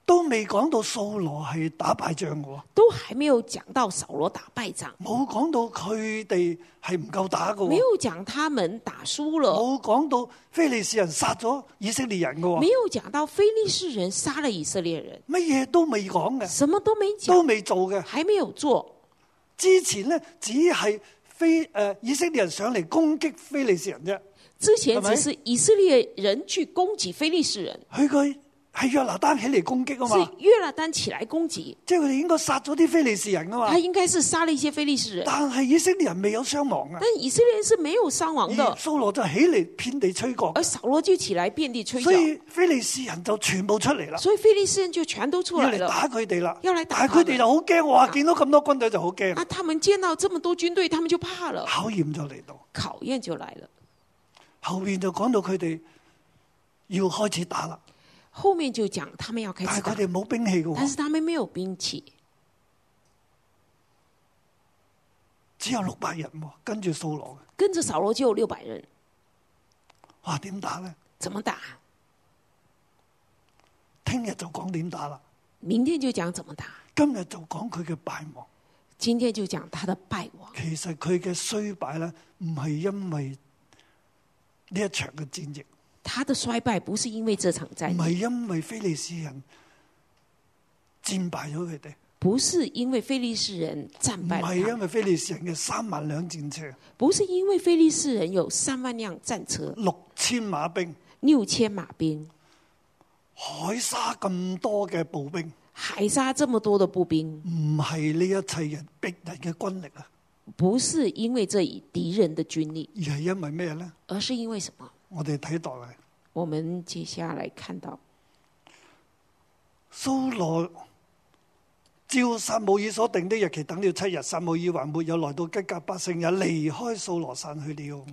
都未講到掃羅係打敗仗嘅喎，
都还没有讲到扫罗打败仗，
冇講到佢哋係唔夠打嘅
没
喎。
有讲他们打输了，
冇講到非利士人殺咗以色列人嘅
没
喎，
有讲到非利士人杀了以色列人，
乜嘢都未講嘅，
什么都没讲
都，未做嘅。
还没有做。
之前呢，只係非呃以色列人上嚟攻擊非利士人啫，
之
係
前
咪
只是以色列人去攻击非利士人，
佢佢係約拿單起嚟攻擊啊
是
嘛，
约拿丹起来攻击，
即係佢哋應該殺咗啲非利士人啊嘛
他。应该是杀了一些非利士人，
但係以色列人未有傷亡啊，
但以色列人是没有伤亡
而
的，
掃羅就起嚟遍地吹角，
而扫罗就起来遍哎地吹角
所，以非利士人就全部出嚟啦，
所以非利士人就全都出
要
来
嚟
了。
打佢哋啦。
要嚟打
但
佢哋啊
係佢哋就好驚，哇！見到咁多軍隊就好
[LAUGHS]
驚
那，他们见到这么多军队，他们就怕了，
考驗就嚟到。
考验就来了。
後面就講到佢哋要開始打啦，
后面就讲他们要开
但
始
係
打
佢，哋冇兵器嘅
但是
喎，
他们没有兵器，
只有六百人喎，跟住掃羅嘅，
跟着扫罗就有六百人，
哇！點打呢？
怎么打？
聽日就講點打啦，
明天就講怎麼打，
今日就講佢嘅敗亡。
今天就講他的敗亡。
其實佢嘅衰敗呢，唔係因為呢一場嘅戰役，
他的衰敗不是因為這場
唔
戰
係啊
役，
因為非利士人戰敗咗佢哋，
不是因為非利士人戰
唔
敗了
係啊
他
因
們，
為非利士人嘅三萬輛戰車、
不是因為非利士人有三萬輛戰車、
六千馬兵、
六千馬兵、
海沙咁多嘅步兵。
海沙這麼多的步兵，
唔係呢一切人逼人嘅軍力啊，
不是因為這一敵人的軍力，
而係因為咩呢？
而是因為什麼？
我哋睇落嚟，
我們接下來看到
蘇羅照撒母耳所定的日期等了七日，撒母耳還沒有來到吉甲，百姓也離開掃羅散去了。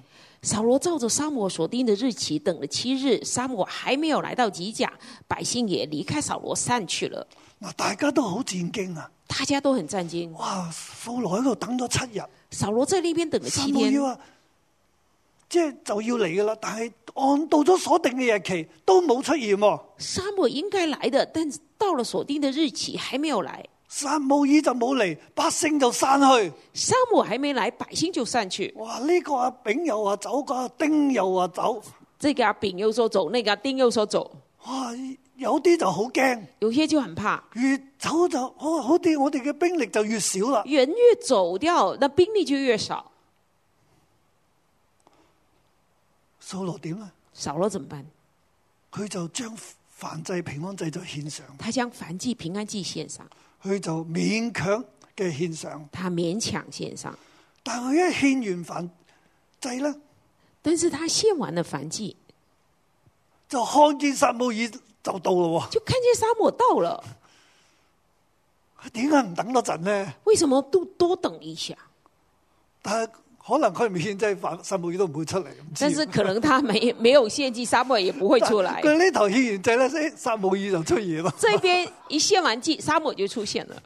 扫罗照着沙摩所定的日期等了七日，沙摩还没有来到吉甲，百姓也离开扫罗散去了。
嗱，大家都好戰驚啊！
大家都很震惊。
哇，掃羅喺度等咗七日，
扫罗在那边等了
撒
七
母
天，
耳啊，即係就要嚟噶啦，但係按到咗所定嘅日期都冇出現喎。
沙漠应该来的，但是到了锁定的日期还没有来，
撒母耳就冇嚟，百姓就散去。
沙漠还没来，百姓就散去。
哇！呢、個阿炳又話走，個阿丁又話走，
这个阿丙又说走，那个阿丁又说走，
哇！有啲就好驚，
有些就很怕，
越走就好好啲，我哋嘅兵力就越少啦。
人越走掉，那兵力就越少。
掃羅點呢？
扫罗怎么办？
佢就將燔祭、平安祭就獻上，
他将燔祭、平安祭献上，
佢就勉強嘅獻上。
他勉强献上，
但佢一獻完燔祭呢，
但是他献完了燔祭，
就看見撒母耳就到咯
就看见沙漠到了，
喎。點解唔等多陣呢？
为什么都多等一下？
但係可能佢唔獻祭，燔撒母耳都唔會出嚟。唔知啊
但是可能他没没有献祭，沙漠也不会出
[LAUGHS]
来。
佢呢頭獻完祭呢，誒撒母耳就出現咯。
这边一献完祭，沙漠就出现了。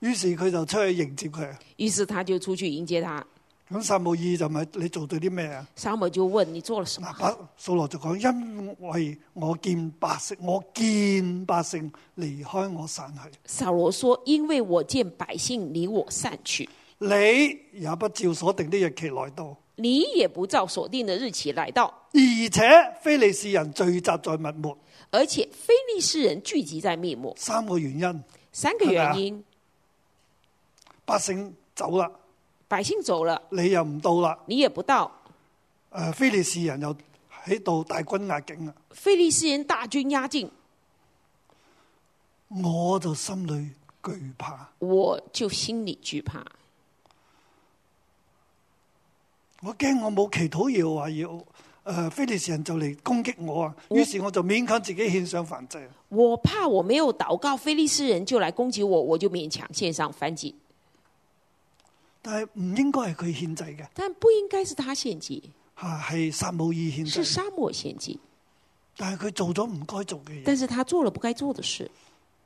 於是佢就出去迎接佢。
于是他就出去迎接他。
咁撒母耳就咪你做咗啲咩啊？
沙漠就问：“你做了什么
嗱，百掃羅就講，因為我見百姓，我見百姓離開我散去，？”
扫罗说：“因为我见百姓离我散去，
你也不照所定的日期來到，
你也不照所定的日期来到，
而且非利士人聚集在密末，
而且非利士人聚集在密抹。
三個原因，
三个原因：
百姓走啦，
百姓走了，
你又唔到啦，
你也不到；
誒、非利士人又喺度大軍壓境啊啦，
非利士人大军压境，
我就心裏惧怕。
我就心里惧怕，
我驚我冇祈禱要話要，誒、非利士人就嚟攻擊我啊！於是我就勉強自己獻上燔祭。啊
我怕我没有祷告，非利士人就来攻击我，我就勉强献上燔祭。
但係唔應該係佢獻祭嘅，
但不應該是他献祭，
嚇係撒母耳獻
是
祭。
沙漠献祭，
但係佢做咗唔該做嘅嘢，
但是他做了不該做的事。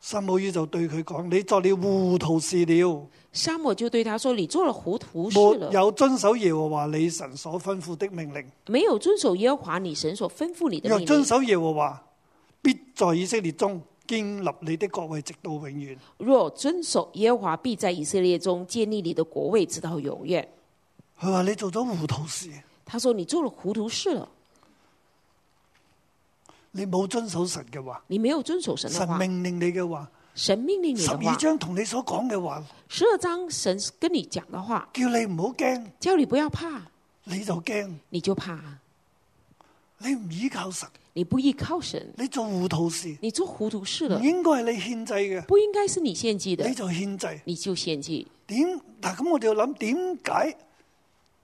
撒母耳就對佢講：你作了糊塗事了，
沙漠就对他说：“你做了糊涂事
沒
了，
有遵守耶和華你神所吩咐的命令。
没有遵守耶和华你神所吩咐你的
若
命
遵
令。
守耶和華，必在以色列中建立你的國位，直到永遠。
若遵守耶和华，必在以色列中建立你的国位，直到永远。
佢話你做咗糊塗事，”
他说：“你做了糊涂事了，
你冇遵守神嘅話，
你没有遵守神的
神
话，
命令你嘅話。
神命令你
十
的
二
话。
章同你所講嘅話，
十二章神跟你讲的话，
叫你唔好驚，
叫你不要怕，
你就驚。
你就怕，
你唔依靠神，
你不依靠神，
你做糊塗事，
你做糊涂事
唔
了，
應該係你獻祭嘅，
不应该是你献祭的
你，就獻祭。
你就献祭。
點？嗱，咁我哋要諗點解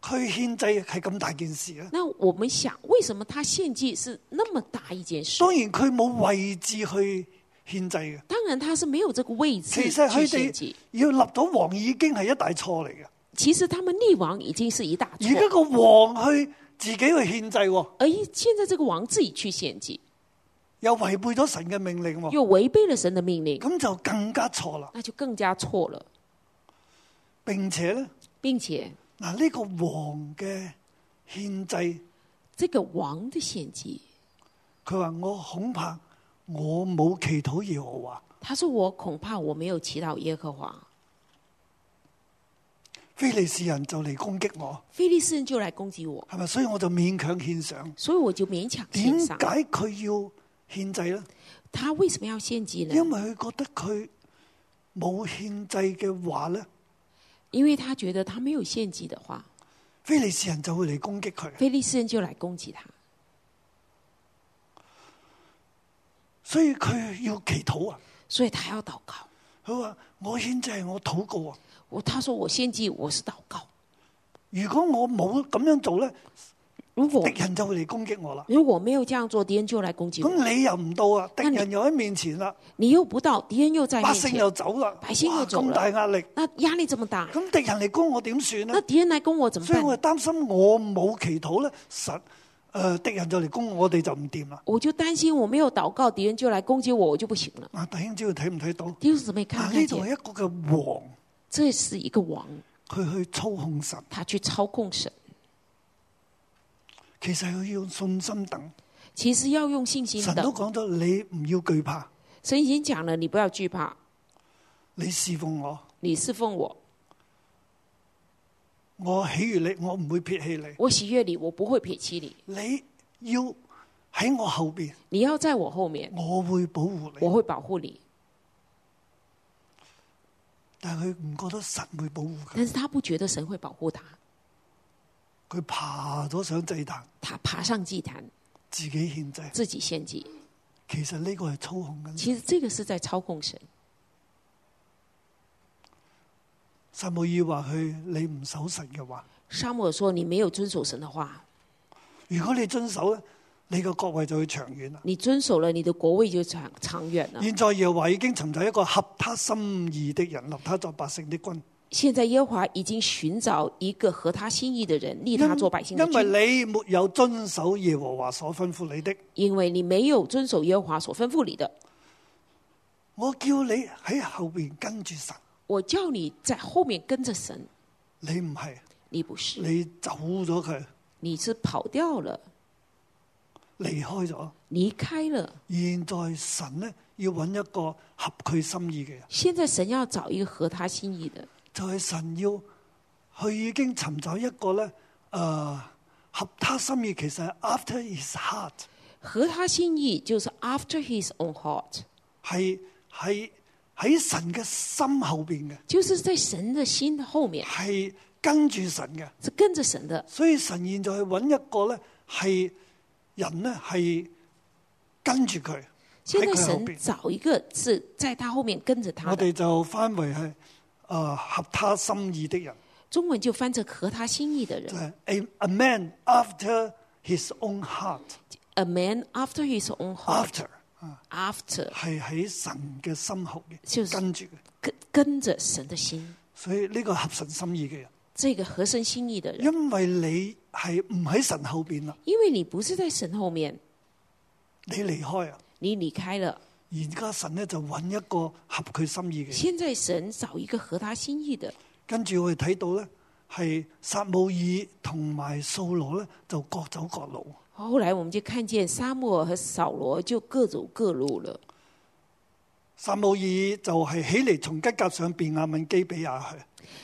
佢獻祭係咁大件事啊咧？
那我们想，为什么他献祭是那么大一件事
當？然佢冇位置去獻祭嘅，
当然他是没有这个位置
其實
去
佢
献祭
哋。要立到王已經係一大錯嚟嘅。
其实他们立王已经是一大
而家
错，
個王去自己去獻祭喎，
而现在这个王自己去献祭，
又違背咗神嘅命令喎，
又违背了神的命令，
咁就更加錯啦。
那就更加错了，
並且咧。
并且
嗱，呢個王嘅獻祭，
这个王的献祭，
佢話我恐怕我冇祈禱耶和華。
他说我恐怕我没有祈祷耶和华，
非利士人就嚟攻擊我，
非利士人就来攻击我，
係咪？所以我就勉強獻上。
所以我就勉强
點
献
解
上。
佢要獻祭呢？
他为什么要献祭呢？
因為佢覺得佢冇獻祭嘅話呢，
因为他觉得他没有献祭的话，
非利士人就會嚟攻擊佢。
非利士人就来攻击他，
所以佢要祈禱啊！
所以他要祷告。
佢話：我獻祭係我禱告啊！
我他说我献祭，我是祷告。
如果我冇咁樣做呢，
如果
敵人就會嚟攻擊我啦。
如果没有这样做，敌人就来攻击我。
咁你又唔到啊，敵
那你
人又喺面前啦。
你又不到，敌人又在
百
面
姓
前
又，走啦，
百姓又走
哇咁
啦
大壓力，
那压力这么大，
咁敵人嚟攻我點算呢
那？敌人来攻我怎么
所以
办？
我就擔心我冇祈禱咧，神誒敵人就嚟攻我哋就唔掂啦。
我就担心我没有祷告，敌人就来攻击我，我就不行了。
嗱，啊弟兄姊妹睇唔睇到？
弟兄姊妹
嗱，
看不
呢
看
度係
见？
一個嘅王，
这是一个王，
佢去操控神，
他去操控神。
其實佢要用信心等。
其实要用信心
神都講
等。
咗，你唔要懼怕，
神已经讲了，你不要惧怕，
你侍奉我，
你侍奉我，
我喜悦你，我唔會撇棄你。
我喜悦你，我不会撇弃你。
你要喺我後邊，
你要在我后面，
我會保護
我
你。
会保护你。
但係佢唔覺得神會保護佢，
但是他不觉得神会保护他，
佢爬咗上祭壇，
他爬上祭坛
自己獻祭。
自己献祭。
其實呢個係操控緊。
其实这个是在操控神。
撒母耳話佢：你唔守神嘅話，
沙漠说：“你没有遵守神的话，
如果你遵守咧，你個國位就會長遠啦。
你遵守了，你的国位就长长远了。
現在耶和華已經尋找一個合他心意的人，立他作百姓的君。
现在耶和华已经寻找一个合他心意的人，立他做百姓的
因
君，
為你沒有遵守耶和華所吩咐你的，
因为你没有遵守耶和华所吩咐你的。
我叫你喺後邊跟住神，
我叫你在后面跟着神，
你唔係，
你不是，
你走咗佢，
你是跑掉了，
離開咗。
离开了。
現在神呢，要揾一個合佢心意嘅人，
现在神要找一个合他心意的，
就係神要佢已經尋找一個咧，誒、合他心意，其實係 after his heart，
合他心意就是 after his own heart，
係係喺神嘅心後邊嘅，
就是在神的心的后面，
係跟住神嘅。
是跟着神的。
所以神現在去揾一個咧，係人咧係跟住佢，
现在
喺佢後
神
邊
找一个是在他后面跟着他
我
的，
哋就翻為係啊合他心意的人，
中文就翻成合他心意的人
就係 a a man after his own heart，after
，a man after his own heart after
係喺神嘅心後面
就是
跟住嘅，
跟跟着神的心，
所以呢個合神心意嘅人，
这个合神心意的人，
因為你係唔喺神後邊啦，
因为你不是在神后面，
你離開啊，
你离开了，
而家神咧就揾一個合佢心意嘅人。
现在神找一个合他心意的，
跟住我哋睇到咧，係撒姆耳同埋掃羅咧就各走各路。
后来我们就看见沙漠和扫罗就各走各路了。
撒姆耳就係起嚟從吉甲上便雅敏基比亞去，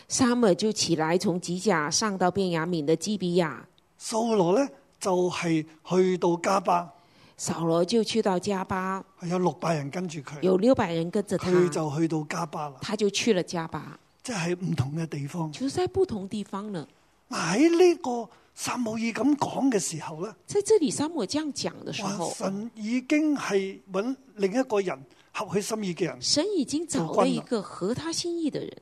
沙漠就起来，从吉甲上到便雅敏的基比亚，
掃羅咧就係去到加巴，
扫罗就去到加巴，
係有六百人跟住佢，
有六百人跟着他，
佢就去到加巴啦，
他就去了加巴，
即係唔同嘅地方。
就是在不同地方呢。
嗱喺呢個撒姆耳咁講嘅時候咧，
在这里，沙漠这样讲的时
哇！
候，
神已經係揾另一個人合佢心意嘅人，
神已经找了一个合他心意的人。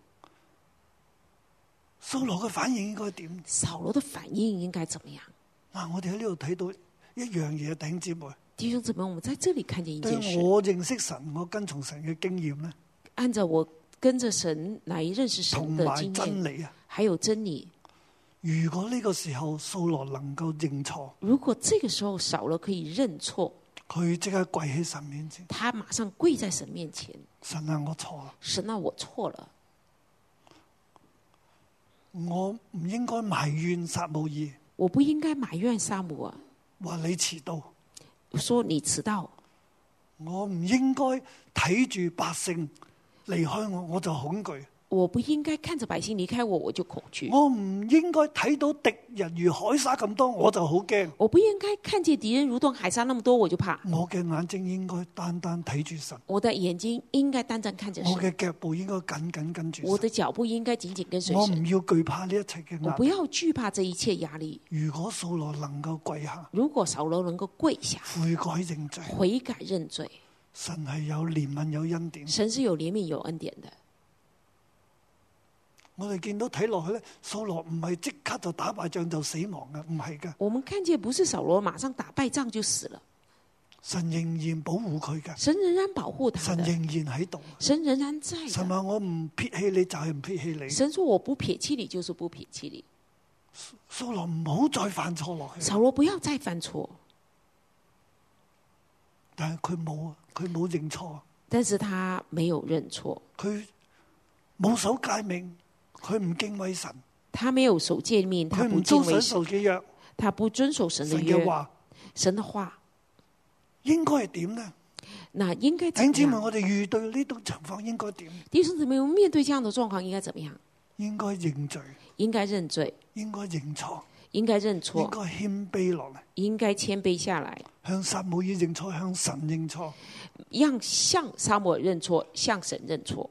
掃羅嘅反應應該點？
扫罗的反应应该怎么样？
嗱，我哋喺呢度睇到一樣嘢，弟兄姊妹。
弟兄姊妹，我们在这里看见一件
對
事：
我認識神，我跟從神嘅經驗咧，
按照我跟着神来认识
同
神的
埋
经
真
验，
理啊。
还有真理。
如果呢個時候掃羅能夠認錯，
如果这个时候扫罗可以认错，
佢即刻跪喺神面前，
他马上跪在神面前，
神啊，我錯啦，
神啊，我错了，
我唔應該埋怨撒母耳，
我不应该埋怨萨姆啊，
話你遲到，
说你迟到，
我唔應該睇住百姓離開我，我就恐懼；
我不应该看着百姓离开我我就恐惧，
我唔應該睇到敵人如海沙咁多，我就好驚。
我不应该看见敌人如同海沙那么多我就怕，
我嘅眼睛應該單單睇住神，
我的眼睛应该单单看着
我
神，
嘅腳步應該緊緊跟住
我
神，
的脚步应该紧紧跟随
我
神，
唔要懼怕呢一切嘅
我
壓
不要惧怕这一切压力。
如果掃羅能夠跪下
如果扫罗能够跪下
悔改認罪，
悔改认罪，
神係有憐憫有恩典。
神是有怜悯有恩典的。
我哋見到睇落去咧，掃羅唔係即刻就打敗仗就死亡嘅，唔係嘅，
我们看见不是扫罗马上打败仗就死了，
神仍然保護佢嘅，
神仍然保护他
神
的，
仍然喺度。
神仍然在的。
神話啊我唔撇棄你就係唔撇棄你。
神说我不撇弃你，就是不撇弃你。
掃羅唔好再犯錯落去，
扫罗不要再犯错，
但係佢冇啊，佢冇認錯，
但是他没有认错，
佢冇守戒命，佢唔敬畏神，
他没有守诫命，他
佢
不
唔
敬
遵
畏
守
神，
受嘅約，
他不遵守神的
神
约
嘅、話
神的话，
應該係點呢？
那应该
弟
怎
兄姊
么
妹，
样？
我哋遇到呢種情況應該點？
弟兄姊妹，我们面对这样的状况应该怎么样？
應該認罪。
应该认罪，
應該認錯，
应该认
應
错，
該謙卑落嚟，
应该谦卑下来，
向撒母耳認錯，向神認錯。
让向沙漠认错，向神认错。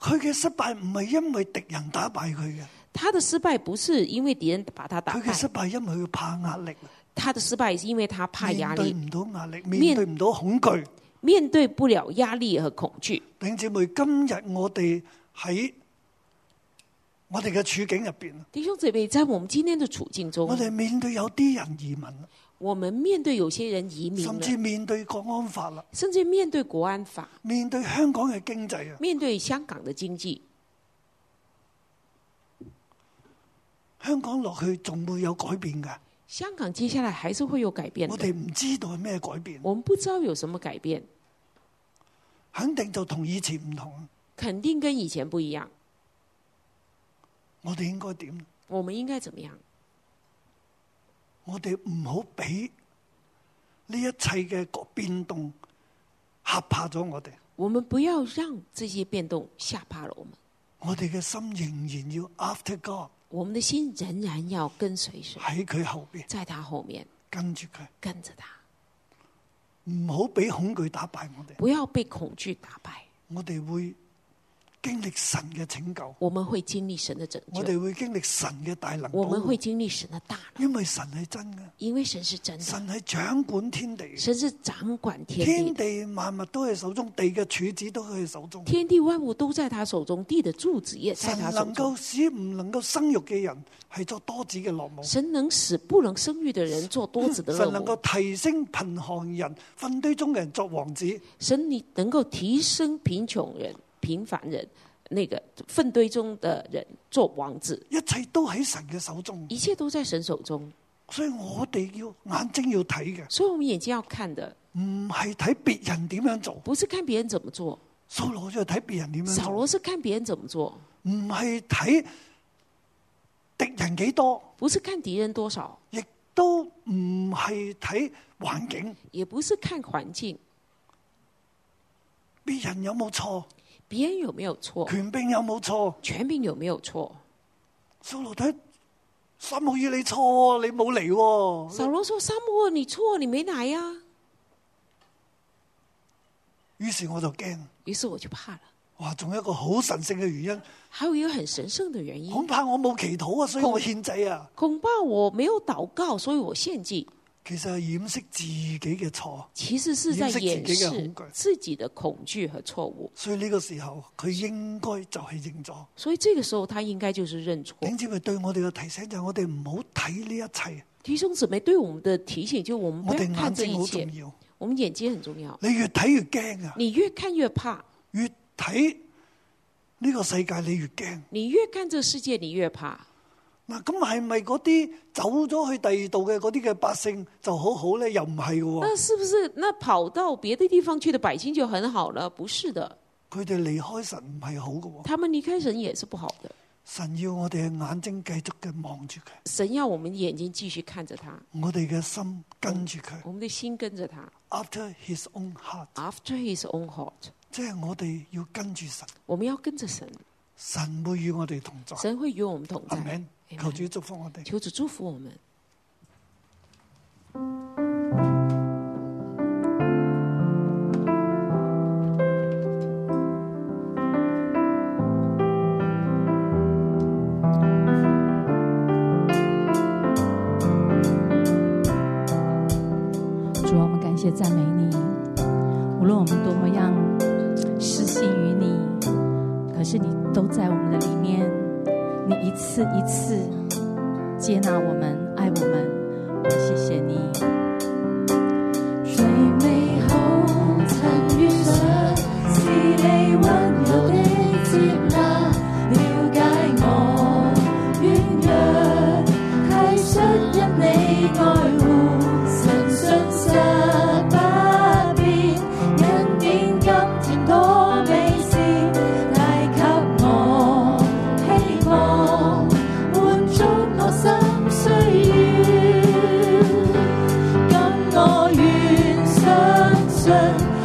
佢嘅失敗唔係因為敵人打敗佢嘅，
他的失败不是因为敌人把他打
佢嘅失
败，
敗因為佢怕壓力，
他的失败是因为他怕压
面對
力，
唔到壓力，面對唔到恐懼。
面对不了压力和恐惧。
弟兄姊妹，今日我哋喺我哋嘅處境入邊，
弟兄姊妹，在我们今天的处境中
我，哋面對有啲人移民，
我们面对有些人移民
甚
了，
至面對國安法啦，
甚至面对国安法，
面對香港嘅經濟啊，
面对香港的经济，
香港落去仲會有改變嘅。
香港接下来还是会有改变
我
的。
哋唔知道係咩改變，
我们不知道有什么改变，
肯定就同以前唔同。
肯定跟以前不一样。
我哋應該點？
我们应该怎么样？
我哋唔好俾呢一切嘅變動嚇怕咗我哋，
我们不要让这些变动吓怕了我们，
我哋嘅心仍然要 after God
我们的心仍然要跟随神，
喺佢後边
在他后面
跟住佢，
跟着他，
唔好俾恐懼打敗我哋，
不要被恐惧打败。
我哋會經歷神嘅拯救，
我们会经历神的拯
我
救，
哋會經歷神嘅大能保
我们
護，
会经历神的大能，
因為神係真嘅，
因为神是真的，
神係掌管天地，
神是掌管天地
天
的，
地萬物都係手中，地嘅柱子都係手中。
天地万物都在他手中，地的柱子也在
神
他手
能
中
夠。使唔能夠生育嘅人係作多子嘅樂母，
神能使不能生育的人做多子的乐
神能夠
母，
提升貧寒人、糞堆中嘅人作王子。
神你能够提升贫穷人、平凡人、那个粪堆中的人做王子，
一切都喺神嘅手中，
一切都在神手中。
所以我哋要眼睛要睇嘅，
所以我们眼睛要看的
唔係睇別人點樣做。
不是看别人怎么做，
掃羅就睇別人點樣
扫
做，
罗是看别人怎么做，
唔係睇敵人幾多，
不是看敌人多少，
亦都唔係睇環境，
也不是看环境，
別人有冇錯，
别人有没有错，
權柄有冇錯。
权柄有没有错。
掃羅睇撒母耳你錯喎，你冇嚟喎。
扫罗说：“沙漠，你错，你没来啊呀、
於是我就驚，
于是我就怕了。
哇！仲有一個好神聖嘅原
还有一个很神圣的原
因，
因，
恐怕我冇祈禱啊，所以我獻祭啊。
恐怕我没有祷告，所以我献祭，
其實係掩飾自己嘅錯，
其实是在
掩
掩
饰自己
饰
的恐惧
自己的恐惧和错误。
所以呢個時候佢應該就係認咗。
所以这个时候，他应该就是认错。
頂姊妹對我哋嘅提醒就係我哋唔好睇呢一切，
弟兄姊妹对我们的提醒，就是我们不
我
要
哋眼
看这
睛
一
好
切
重，要。
我们眼睛很重要。
你越睇越驚啊，
你越看越怕，
越睇呢個世界你越驚。
你越看这世界，你越怕。
嗱，咁係咪嗰啲走咗去第二度嘅嗰啲嘅百姓就好好咧？又唔係嘅喎，
那是不是？那跑到别的地方去的百姓就很好了？不是的，
佢哋離開神唔係好嘅喎。
他们离开神也是不好的。
神要我哋嘅眼睛繼續嘅望住佢，
神要我们眼睛继续看着他，
我哋嘅心跟住佢。
我们的心跟着他。
After His own heart，
After his own heart，
即係我哋要跟住神，
我们要跟着神，
神會與我哋同在。
神会与我们同
阿
在。
明，
Amen
求主祝福我哋。
求主祝福我们。
主啊，我们感谢赞美你。无论我们多么样失信于你，可是你都在我们的里面，你一次一次接纳我们、爱我们。我谢谢你。
最美好曾遇上，是你温柔的接納，了解我軟弱，提出因你愛護，神信實不變，恩典今天多美善，帶給我希望，滿足我心需要。今我願想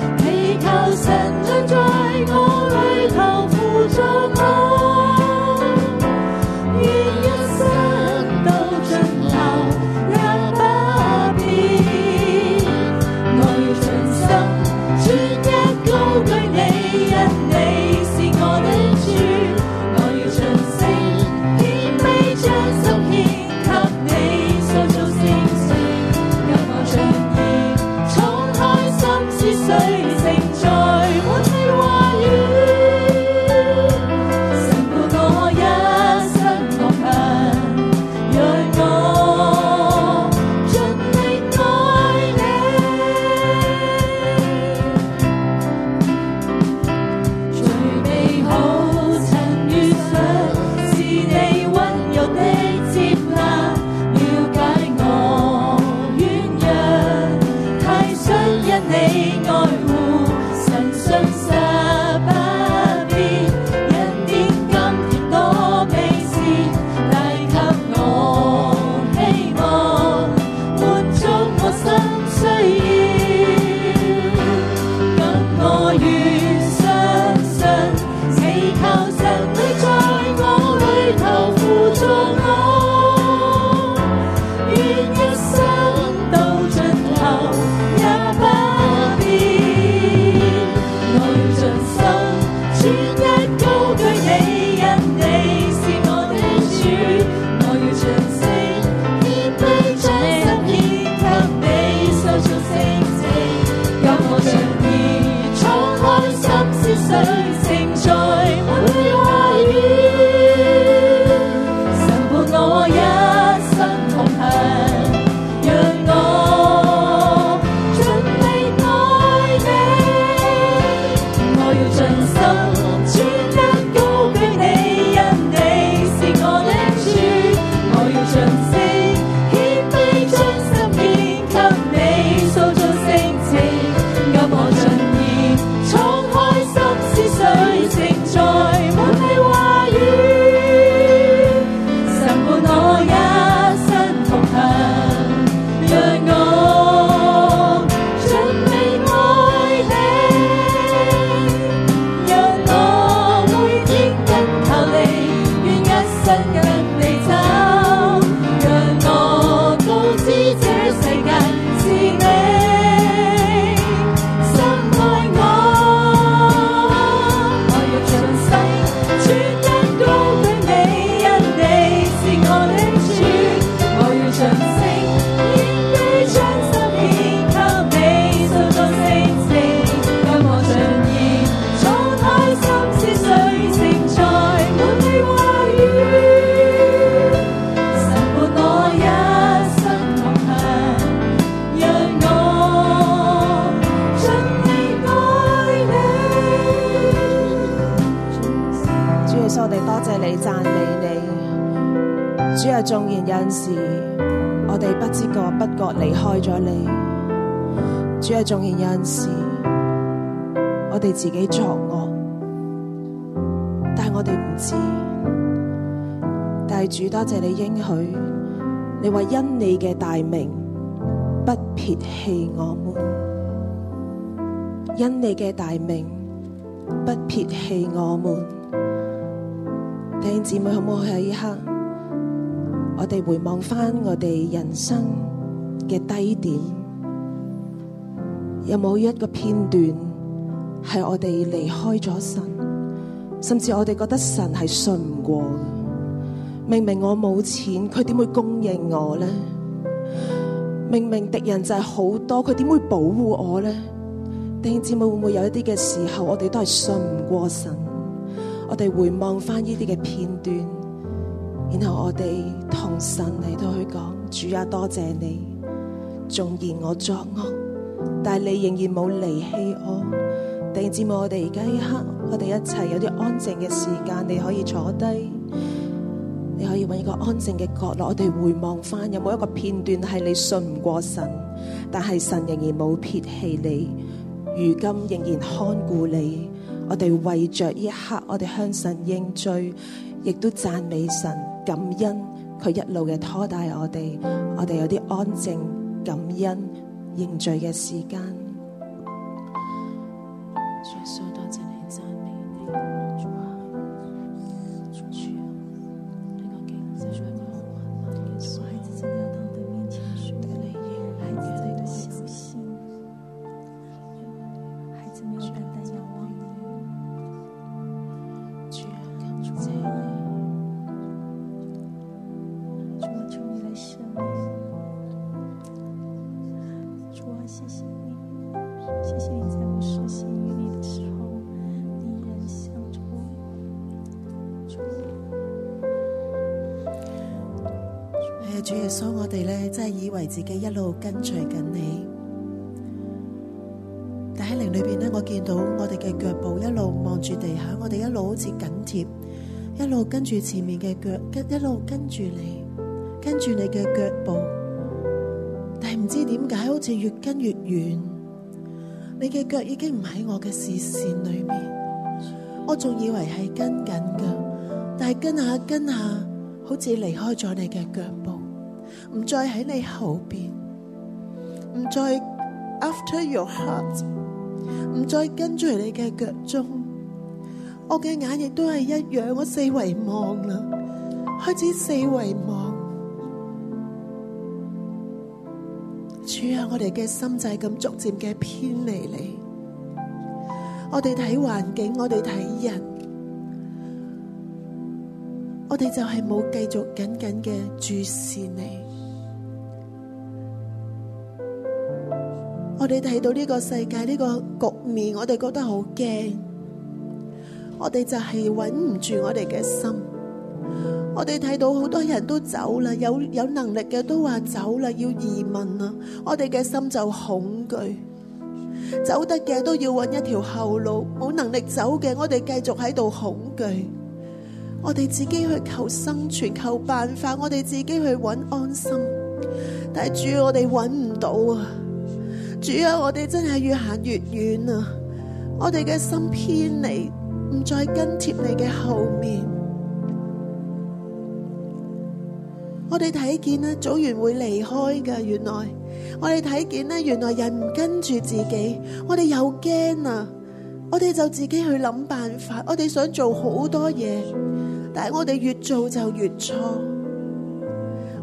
主，我要唱聲謙卑將心獻給你，受造聖者，有我仗義，敞開心思想，盛在每話語。神伴我一生同行，讓我盡力愛你。我要盡心專一高舉你，因你是我領主。我要盡職謙卑將心獻給你，塑造性情，暗我盡意，敞開心思水，盛在每句話語。神伴我一生同行，讓我盡力愛你，讓我每天跟靠你，願一生跟你走，讓我告知這世界是你深愛我，我要盡心全。高舉你，因你是我領主，我要盡聲謙卑將心獻給你，受造聖城，甘我盡意，敞開心思水盛在滿地話語，神伴我一生同行，讓我盡力愛你。
主耶穌，我哋多謝你，讚美你。主啊，縱然有陣時我哋不知覺不覺離開咗你，主啊，縱然有陣時我哋自己作惡，但係我哋唔知。但係主，多謝你應許，你話因你嘅大名不撇棄我們，因你嘅大名不撇棄我們。弟兄姊妹，好唔好喺一刻，我哋回望翻我哋人生嘅低點，有冇一個片段係我哋離開咗神，甚至我哋覺得神係信唔過嘅？明明我冇錢，佢點會供應我呢？明明敵人就係好多，佢點會保護我呢？弟兄姊妹，會唔會有一啲嘅時候，我哋都係信唔過神？我哋回望翻呢啲嘅片段，然後我哋同神嚟到去講：主啊，多謝你！縱然我作惡，但係你仍然冇離棄我。弟兄姊妹，我哋而家一刻，我哋一齊有啲安靜嘅時間，你可以坐低，你可以揾一個安靜嘅角落，我哋回望翻有冇一個片段係你信唔過神，但係神仍然冇撇棄你，如今仍然看顧你。我哋為着呢一刻，我哋向神認罪，亦都讚美神感恩佢一路嘅拖帶我哋，我哋有啲安靜感恩認罪嘅時間。主耶穌，多謝你讚美你，主啊，主啊，你個敬拜主啊我們的主啊對啊你仍然有你的信心主啊感謝你啊
係啊，主耶穌，我哋咧真係以為自己一路跟隨緊你，但喺靈裏邊咧，我見到我哋嘅腳步一路望住地下，我哋一路好似緊貼，一路跟住前面嘅腳，跟一路跟住你，跟住你嘅腳步，但係唔知點解好似越跟越遠，你嘅腳已經唔喺我嘅視線裏面，我仲以為係跟緊㗎。但係跟下跟下，好似離開咗你嘅腳步，唔再喺你後邊，唔再 after your heart，唔再跟住你嘅腳蹤。我嘅眼亦都係一樣，我四圍望啦，開始四圍望。主啊，我哋嘅心就係咁逐漸嘅偏離你。我哋睇環境，我哋睇人。
我哋就係冇繼續緊緊嘅注視你。我哋睇到呢個世界呢、個局面，我哋覺得好驚，我哋就係穩唔住我哋嘅心。我哋睇到好多人都走啦，有有能力嘅都話走啦，要移民啦，我哋嘅心就恐懼。走得嘅都要揾一條後路，冇能力走嘅，我哋繼續喺度恐懼。我哋自己去求生存、求辦法，我哋自己去揾安心。但係主，我哋揾唔到啊！主啊，我哋真係越行越遠啊！我哋嘅心偏離，唔再跟貼你嘅後面。我哋睇見咧，組員會離開嘅，原來我哋睇見咧，原來人唔跟住自己，我哋又驚啊！我哋就自己去諗辦法，我哋想做好多嘢，但係我哋越做就越錯。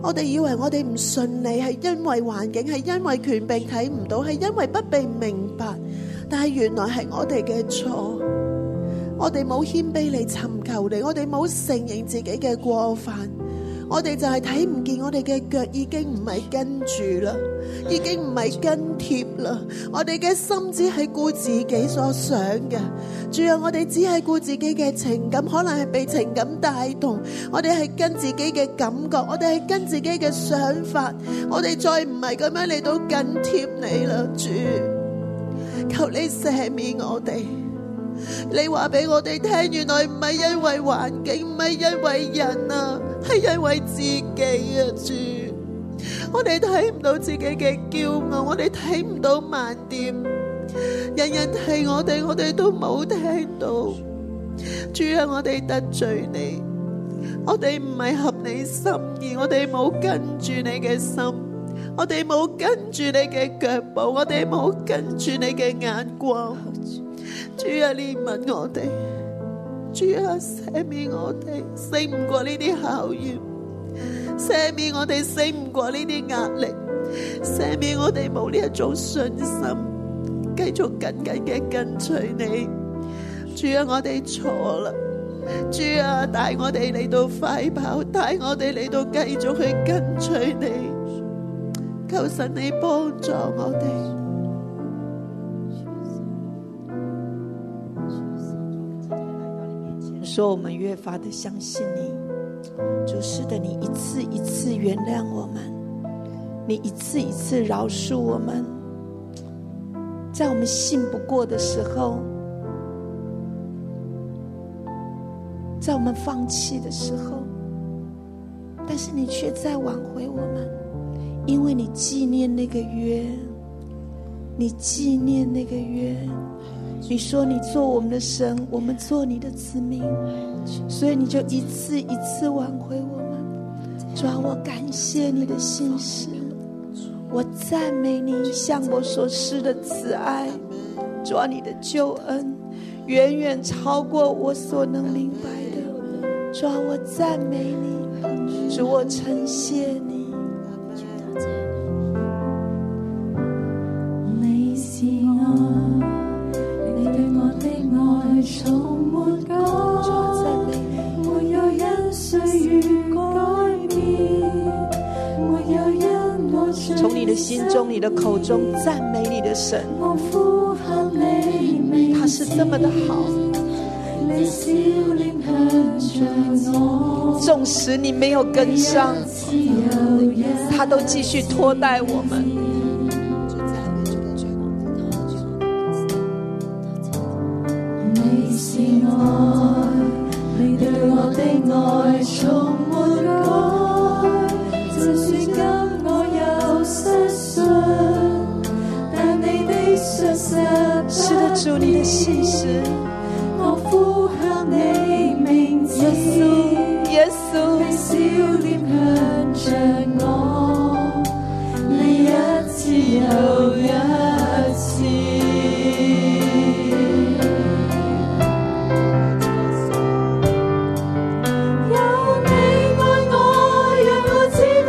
我哋以為我哋唔順利係因為環境，係因為權柄睇唔到，係因為不被明白，但係原來係我哋嘅錯。我哋冇謙卑嚟尋求你，我哋冇承認自己嘅過犯。我哋就係睇唔見我哋嘅腳已經唔係跟住啦，已經唔係跟貼啦。我哋嘅心只係顧自己所想嘅，主要我哋只係顧自己嘅情感，可能係被情感帶動。我哋係跟自己嘅感覺，我哋係跟自己嘅想法，我哋再唔係咁樣嚟到跟貼你啦，主。求你赦免我哋。你话俾我哋听，原来唔系因为环境，唔系因为人啊，系因为自己啊，主。我哋睇唔到自己嘅骄傲，我哋睇唔到盲点，人人提我哋，我哋都冇听到。主啊，我哋得罪你，我哋唔系合你心意，我哋冇跟住你嘅心，我哋冇跟住你嘅脚步，我哋冇跟住你嘅眼光。主啊，怜悯我哋，主啊，赦免我哋，胜唔过呢啲考验，赦免我哋胜唔过呢啲压力，赦免我哋冇呢一种信心，继续紧紧嘅跟随你。主啊，我哋错啦。主啊，带我哋嚟到快跑，带我哋嚟到继续去跟随你。求神你帮助我哋。
说我们越发的相信你，主是的，你一次一次原谅我们，你一次一次饶恕我们，在我们信不过的时候，在我们放弃的时候，但是你却在挽回我们，因为你纪念那个约，你纪念那个约。你说你做我们的神，我们做你的子民，所以你就一次一次挽回我们。主啊，我感谢你的信实，我赞美你向我所施的慈爱。主啊，你的救恩远远超过我所能明白的。主啊，我赞美你，主我称谢你。
你是愛，你對我的愛從沒改，沒有因歲月改變，沒有因我醉
从你的心中、你的口中赞美你的神，
我呼喊你名字
他是这么的好。
你笑臉向着我，
纵使你没有跟上，
自由一
他都继续拖带我们。
你是愛，你對我的愛從沒改。就算今我有失信，但你的信
是的，
實
主，
不
你的
變。
信实，
我呼喊你名字，
耶稣，
你笑臉向着我，你一次又一次。有你愛我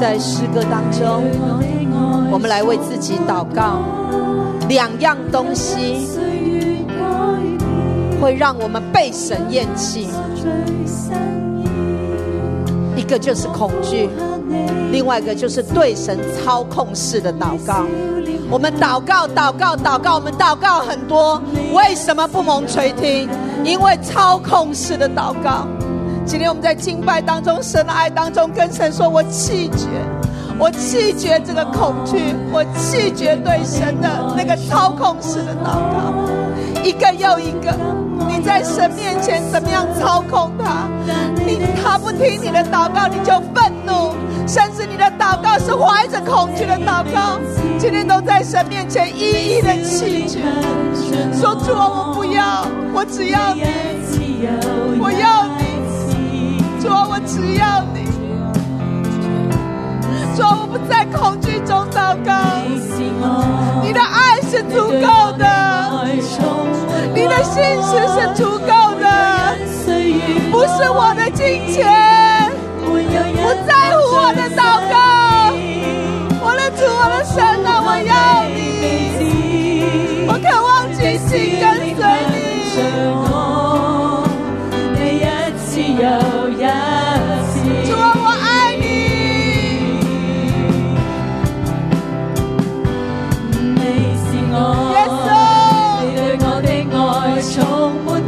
在诗歌当中，我们来为自己祷告。两样东西会让我们被神厌弃，一个就是恐惧，另外一个就是对神操控式的祷告。我们祷告，祷告，祷告，我们祷告很多，为什么不蒙垂听？因为操控式的祷告。今天我们在敬拜当中、神的爱当中，跟神说：“我弃绝，我弃绝这个恐惧，我弃绝对神的那个操控式的祷告。”一个又一个，你在神面前怎么样操控他？你他不听你的祷告，你就愤怒，甚至你的祷告是怀着恐惧的祷告。今天都在神面前一一的弃绝，说主啊，我不要，我只要你，我要你。主啊，我只要你。主啊，我不在恐惧中祷告，你的爱是足够的，你的信实是足够的，不是我的金钱，不在乎我的祷告，我的主，我的神啊，我要你，我渴望全心跟随你，主啊，我爱你。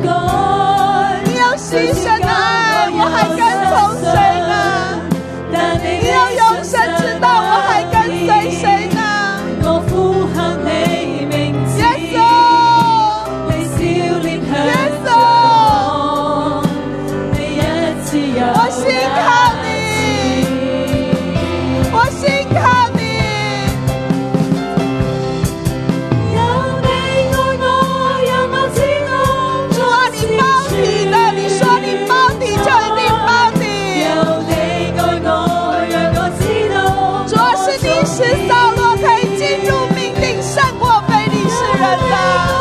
你有牺牲的爱，我还跟从谁呢？你有永生之道，我还跟随谁呢？耶稣，耶稣，我信靠你，我信靠你。主啊，你包底的，你说你包底就一定包底。主啊，是你使扫罗可以进入命定胜过非利士人的。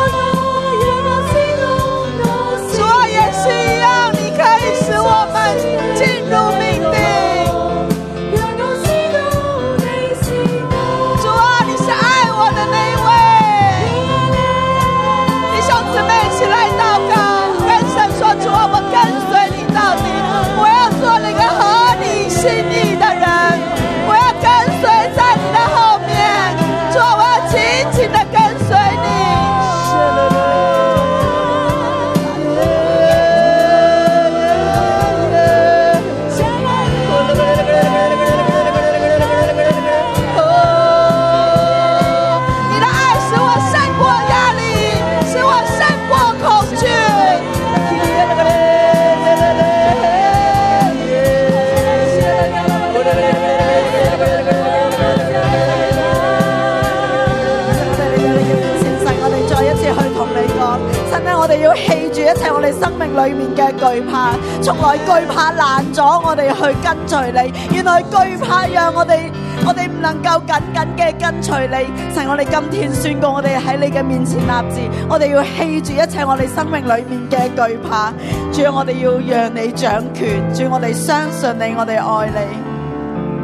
主啊，也是一样，你可以使我们进入命定。主啊，你是爱我的那一位。弟兄姊妹，一起来祷告，跟神说：主啊，我跟随你到底，我要做那个合你心意的人，我要跟随在你的后面。主啊，我要紧紧的跟随你。你的爱使我胜过压力，使我胜过恐惧。
神神，我哋再一次去同你讲，神啊咧，我哋要棄住一切我哋生命里面嘅惧怕，從來惧怕爛咗，我哋去跟隨你。原來惧怕讓我哋我哋唔能夠緊緊嘅跟隨你。神，我哋今天宣告，我哋喺你嘅面前立志，我哋要棄住一切我哋生命里面嘅惧怕。主，我哋要讓你掌權。主，我哋相信你，我哋愛你。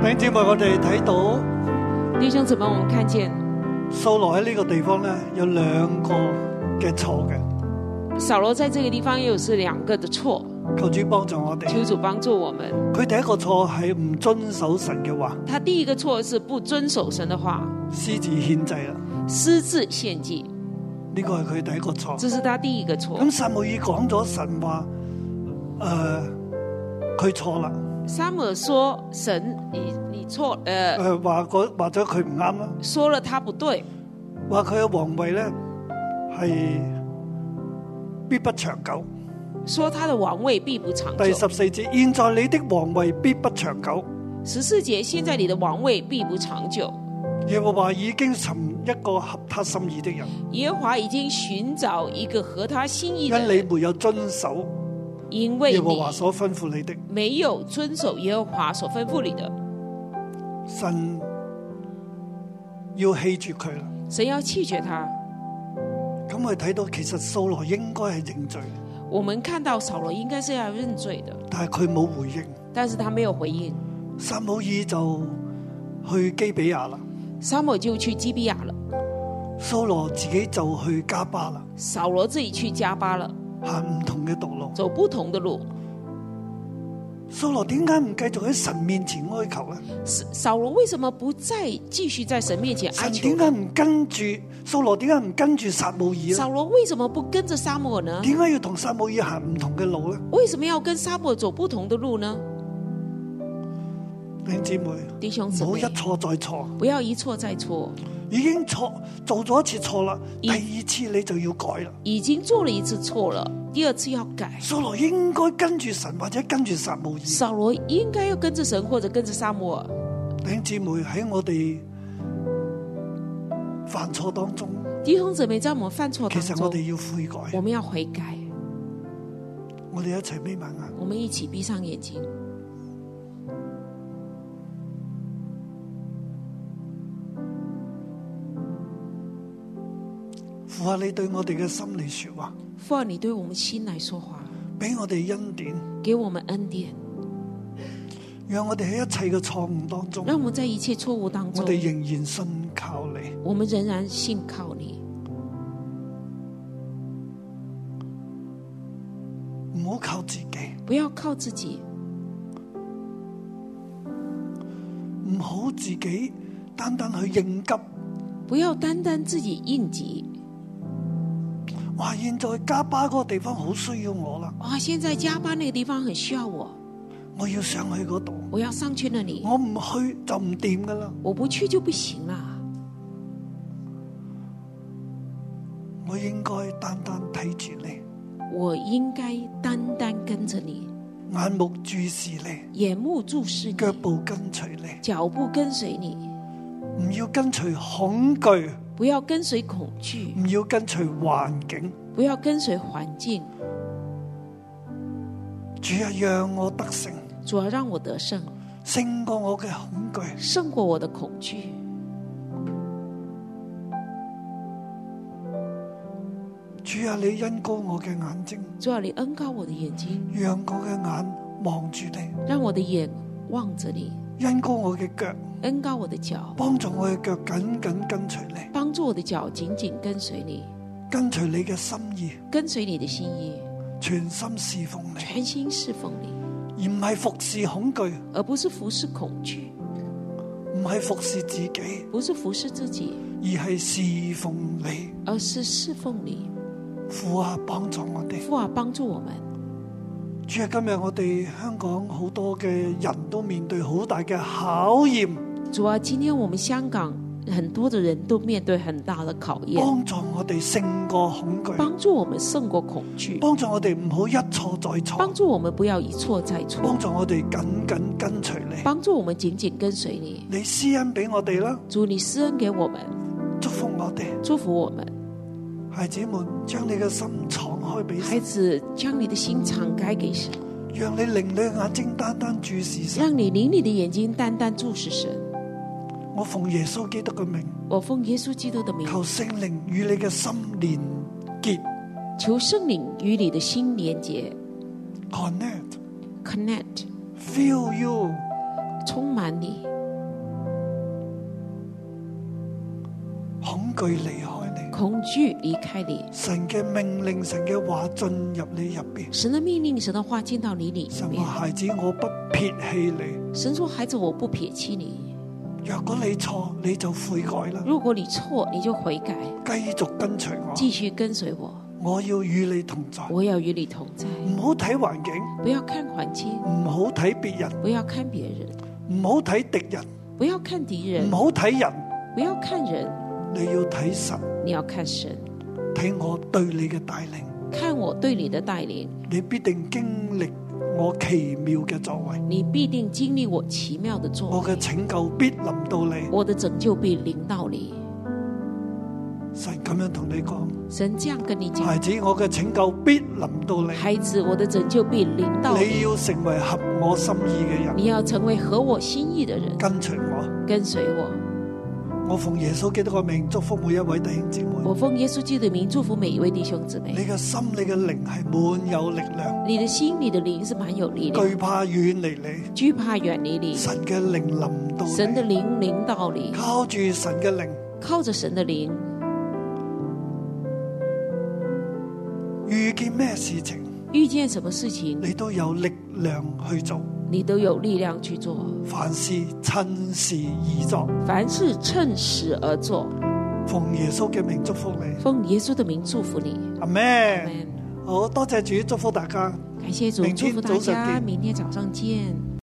弟兄姊妹，我哋睇到
弟兄姊妹，我们看见
掃羅喺呢個地方咧，有兩個嘅錯嘅，
扫罗在这个地方又是两个的错，
求主幫助我哋。
求主帮助我们。
佢第一個錯係唔遵守神嘅話，
他第一个错是不遵守神的话，
私自獻祭啦，
私自献祭，
呢個係佢第一個錯。
这是他第一个错。
咁撒母耳講咗神話，诶、佢錯啦，
撒母耳说：“神，你你错，
诶、
呃，
話嗰話咗佢唔啱啦，
说了他不對，
話佢嘅皇位咧係必不長久。
说他的王位必不长
第
久。
十四節，現在你的皇位必不長久。”
十四节，现在你的王位必不长久。
耶和華已經尋一個合他心意的人，
耶和华已经寻找一个合他心意
因
的
你
人，
沒有遵守
因为
耶
你
和華所吩咐你的，
没有遵守耶和华所吩咐你的，
神要棄絕佢啦。
神要弃绝他。
咁我哋睇到其實掃羅應該係認罪，
我们看到扫罗应该是要认罪的，
但係佢冇回應。
但是他没有回应。
撒母耳就去基比亞啦。
沙漠就去基比亚了，
蘇羅自己就去加巴啦，
扫罗自己去加巴了，
行唔同嘅道路。
走不同的路。
蘇羅點解唔繼續喺神面前哀求咧？
扫扫罗为什么不再继续在神面前哀
神
求
點
呢？
解唔跟住蘇羅？點解唔跟住撒母耳
扫
咧？
罗为什么不跟着沙漠呢？
點解要同撒母耳行唔同嘅路咧？
为什么要跟沙漠走不同的路呢？
弟兄姊妹，
弟兄姊
唔好
妹
一，錯再錯，
不要一错再错，
已經錯做咗一次錯啦，
已
第二次你就要改啦。
已经做了一次错了，第二次要改。
蘇羅應該跟住神或者跟住撒母耳。
扫罗应该要跟着神或者跟着沙漠耳。
弟兄姊妹喺我哋犯錯當中，
弟兄姊妹，在我们犯错
其
当
實
中
我，哋要悔
我
改，
们要悔改。
我哋一齊眯埋眼。
我们一起闭上眼睛。
父啊，你對我哋嘅心嚟说話，
父啊，你对我们心来说话，
俾我哋恩典，
给我们恩典，
讓我哋喺一切嘅錯誤當中，
让我们在一切嗯错误当中
我，哋仍然信靠你。
我们仍然信靠你，
唔好靠自己，
不要靠自己，
唔好自己單單去應急。
不要单单自己应急。
哇！現在加巴嗰個地方好需要我啦，
哇，现在加班那个地方很需要我，
我要上去嗰度，
我要上去那里，
我唔去就唔掂噶啦，
我不去就不行啦。
我應該單單睇住你，
我应该单单跟着你，
眼目注視你，
眼目注视你，
腳步跟隨你。
脚步跟随你，
唔要跟隨恐懼，
不要跟随恐惧，
唔要跟隨環境。
不要跟随环境。
主啊，讓我得勝，
主要让我得胜，
勝過我嘅恐懼，
胜过我的恐惧。
主啊，你恩高我嘅眼睛，
主啊要你恩高我的眼睛，
讓我嘅眼望住你；
让我的眼望着你，
恩高我嘅腳，
恩高我的脚，
幫助我嘅腳緊緊跟隨你，
帮助我的脚紧紧跟随你，
跟隨你嘅心意，
跟随你的心意，
全心侍奉你，
全心侍奉你，
而唔係服侍恐懼，
而不是服侍恐惧，
唔係服侍自己，
不是服侍自己，
而係侍奉你。
而是侍奉你。
父啊，幫助我哋。
父啊，帮助我们。
主啊，今日我哋香港好多嘅人都面對好大嘅考驗。
主啊，今天我们香港很多的人都面对很大的考验，
帮助我哋胜过恐惧，
帮助我们胜过恐惧，
帮助我哋唔好一错再
帮
错，
助我们不要一错再
帮
错，
助我哋紧紧跟随你。
帮助我们紧紧跟随你。
你施恩俾我哋啦，
主，你施恩给我们，
祝福我哋
祝福我们。
孩子們，將你嘅心敞開俾
孩
神，
子，将你的心敞开给神，
讓你令你嘅眼睛單單注視神。
让你灵里的眼睛单单注视神。
我奉耶穌基督嘅名，
我奉耶稣基督的名，
求聖靈與你嘅心連結
求圣灵与你的心连接
connect
，connect，
feel you，
充满你，
恐懼離開你。
恐惧离开你。
神嘅命令，神嘅話進入你入邊。
神的命令，神的话进到你里
神
面
話。孩子，我不撇棄你。
神说：“孩子，我不撇弃你。
若果你錯，你就悔改啦，
如果你错，你就悔改，
繼續跟隨
继
我，
续跟随我。
我要與你同在。
我要与你同在。
唔好睇環境，
不要看环境，
唔好睇別人，
不要看别人，
唔好睇敵人，
不要看敌
唔
人，
好睇人，
不要看人，
你要睇神，
你要看神，
睇我對你嘅帶領，
看我对你的带领，
你必定經歷我奇妙嘅作為，
你必定经历我奇妙的作
我嘅
为，
拯救必臨到你。
我的拯救必临到你。
神咁樣同你講，
神这样跟你
孩
讲，
子，我嘅拯救必臨到你，
孩子，我的拯救必临到
你
你。
要成為合我心意嘅人，
你要成为合我心意的人，
跟隨我。
跟随我。
我奉耶穌基督嘅名祝福每一位弟兄姊妹。
我奉耶稣基督的名祝福每一位弟兄姊
你
妹。
嘅心、你嘅靈係滿有力量，
你的心、你的灵是蛮有力量，
懼怕遠離你，
惧怕远离你，
神嘅靈臨到
神的
你，
灵领导你，
靠住神嘅靈，
靠着神的灵，
遇見咩事情
遇见什么事情
你都有力量去做，
你都有力量去做。
凡事趁時而作。
凡事趁時而做。
奉耶穌嘅名祝福你，
奉耶稣的名祝福你，
阿
阿
咩？
门。
好多謝主祝福大家。
感谢主，
哎明
祝
天
福大
早上
家，
见
明天早上见。